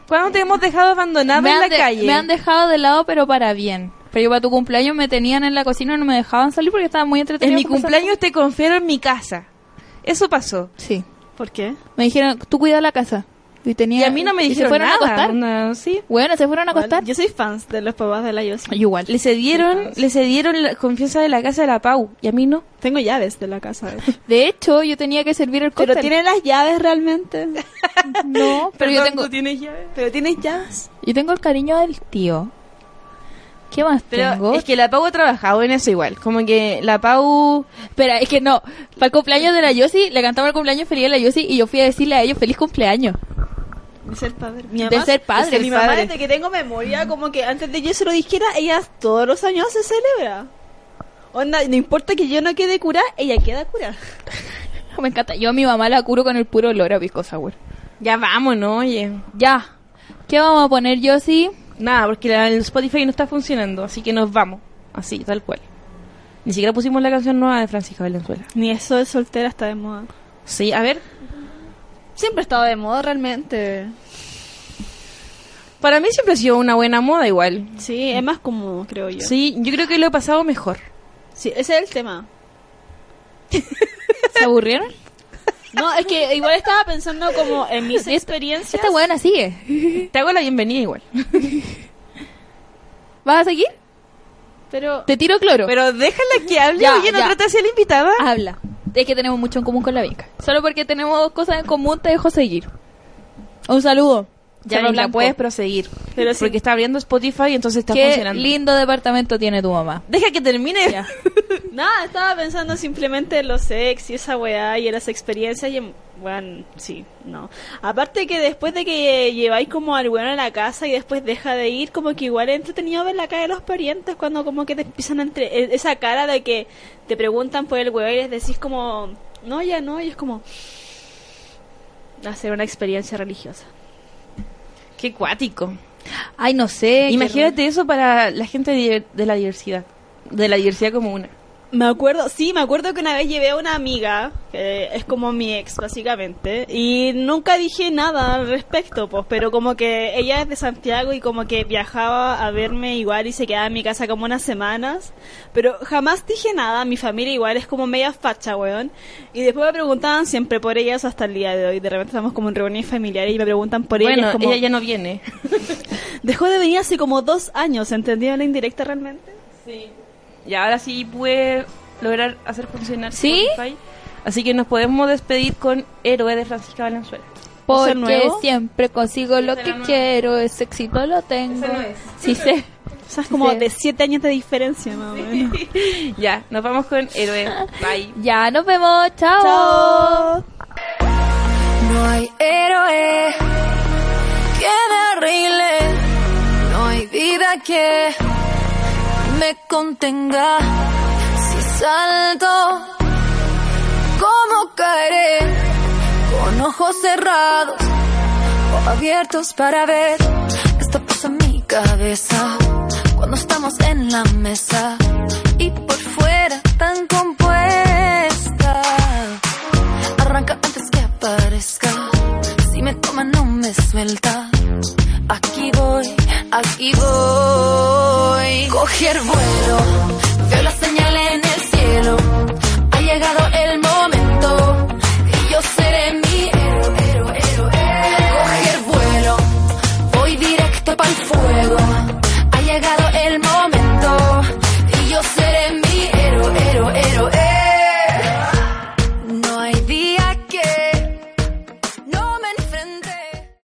¿Cuándo te hemos dejado abandonada
me
en
han
la
de-
calle?
me han dejado de lado, pero para bien. Pero yo para tu cumpleaños me tenían en la cocina y no me dejaban salir porque estaba muy
en
entretenida.
mi cumpleaños te confiero en mi casa. Eso pasó.
Sí.
¿Por qué?
Me dijeron, tú cuida la casa. Y, tenía,
Y a mí no me
y se
dijeron
fueron
nada.
a acostar.
No, sí.
Bueno, se fueron a acostar.
Yo soy fan de los papás de la Yosi.
Yo Igual.
Le cedieron, le cedieron la confianza de la casa de la Pau y a mí no.
Tengo llaves de la casa. [laughs]
De hecho, yo tenía que servir el cóctel.
¿Pero tiene las llaves realmente?
[laughs]
[laughs]
[laughs]
No, pero yo tengo,
tienes llave.
¿Pero tienes llaves?
yo tengo el cariño del tío. ¿Qué más
Pero
tengo?
es que la Pau ha trabajado en eso igual. Como que la Pau.
Espera, es que no. Para el cumpleaños de la Yossi, le cantaba el cumpleaños feliz a la Yossi y yo fui a decirle a ellos feliz cumpleaños. [laughs]
De ser padre. Mi
De ser padre.
es que mi mamá,
Padre.
desde que tengo memoria, como que antes de yo se lo dijera, ella todos los años se celebra. Onda, no importa que yo no quede curada, ella queda curada.
Me encanta. Yo a mi mamá la curo con el puro olor a pisco sour.
Ya vámonos, oye.
Ya. ¿Qué vamos a poner, Yossi?
Nada, porque la- el Spotify no está funcionando, así que nos vamos. Así, tal cual. Ni siquiera pusimos la canción nueva de Francisca Valenzuela.
Ni eso de soltera está de moda.
Sí, a ver.
Siempre ha estado de moda realmente.
Para mí siempre ha sido una buena moda igual.
Sí, es más cómodo, creo yo.
Sí, yo creo que lo he pasado mejor.
Sí, ese es el tema.
¿Se
[laughs]
aburrieron?
No, es que igual estaba pensando como en [laughs] mis experiencias.
Esta buena sigue.
Te hago la bienvenida igual.
¿Vas a seguir?
Pero
Te tiro cloro.
Pero déjala que hable,
Ya,
oye, no
ya.
trata hacia la invitada.
Habla. Es que tenemos mucho en común con la Vinca. Solo porque tenemos cosas en común te dejo seguir. Un saludo.
Ya
Cerro
la
Blanco.
puedes proseguir.
Pero sí.
Porque está abriendo Spotify, entonces está
Qué
funcionando.
lindo departamento tiene tu mamá.
Deja que termine.
Ya.
[laughs] nada, estaba pensando simplemente en los ex y esa weá y en las experiencias y en... Bueno, sí, no. Aparte que después de que lleváis como al weón a la casa y después deja de ir, como que igual es entretenido ver la cara de los parientes cuando como que te empiezan a entre... e- Esa cara de que te preguntan por el weón y les decís como... No, ya no, y es como... Hacer una experiencia religiosa.
[laughs] Qué cuático.
Ay, no sé.
Imagínate eso para la gente diver- de la diversidad. De la diversidad como una.
Me acuerdo, sí, me acuerdo que una vez llevé a una amiga, que es como mi ex básicamente, y nunca dije nada al respecto, pues, pero como que ella es de Santiago y como que viajaba a verme igual y se quedaba en mi casa como unas semanas, pero jamás dije nada, mi familia igual es como media facha, weón, y después me preguntaban siempre por ellas hasta el día de hoy, de repente estamos como en reuniones familiares y me preguntan por
bueno,
ellas, como,
ella ya no viene.
dejó de venir hace como dos años, ¿entendieron la indirecta realmente?
Y ahora sí pude lograr hacer funcionar
¿Sí?
Spotify. Así que nos podemos despedir con Héroe de Francisca Valenzuela.
Porque
¿Eso es nuevo?
siempre consigo lo
Esa
que
era nueva.
quiero, ese éxito lo tengo.
Esa no es.
Sí sé.
sea, es como
Sí.
de siete años de diferencia, más o menos.
Ya, nos vamos con [laughs] héroe. Bye.
Ya, nos vemos. Chao.
Chao.
No hay héroe que me arregle. No hay vida que me contenga. Si salto, ¿cómo caeré? Con ojos cerrados o abiertos para ver qué está pasando en mi cabeza cuando estamos en la mesa y por fuera tan compuesta. Arranca antes que aparezca. Si me toma, no me suelta. Aquí voy, aquí voy. Coger vuelo.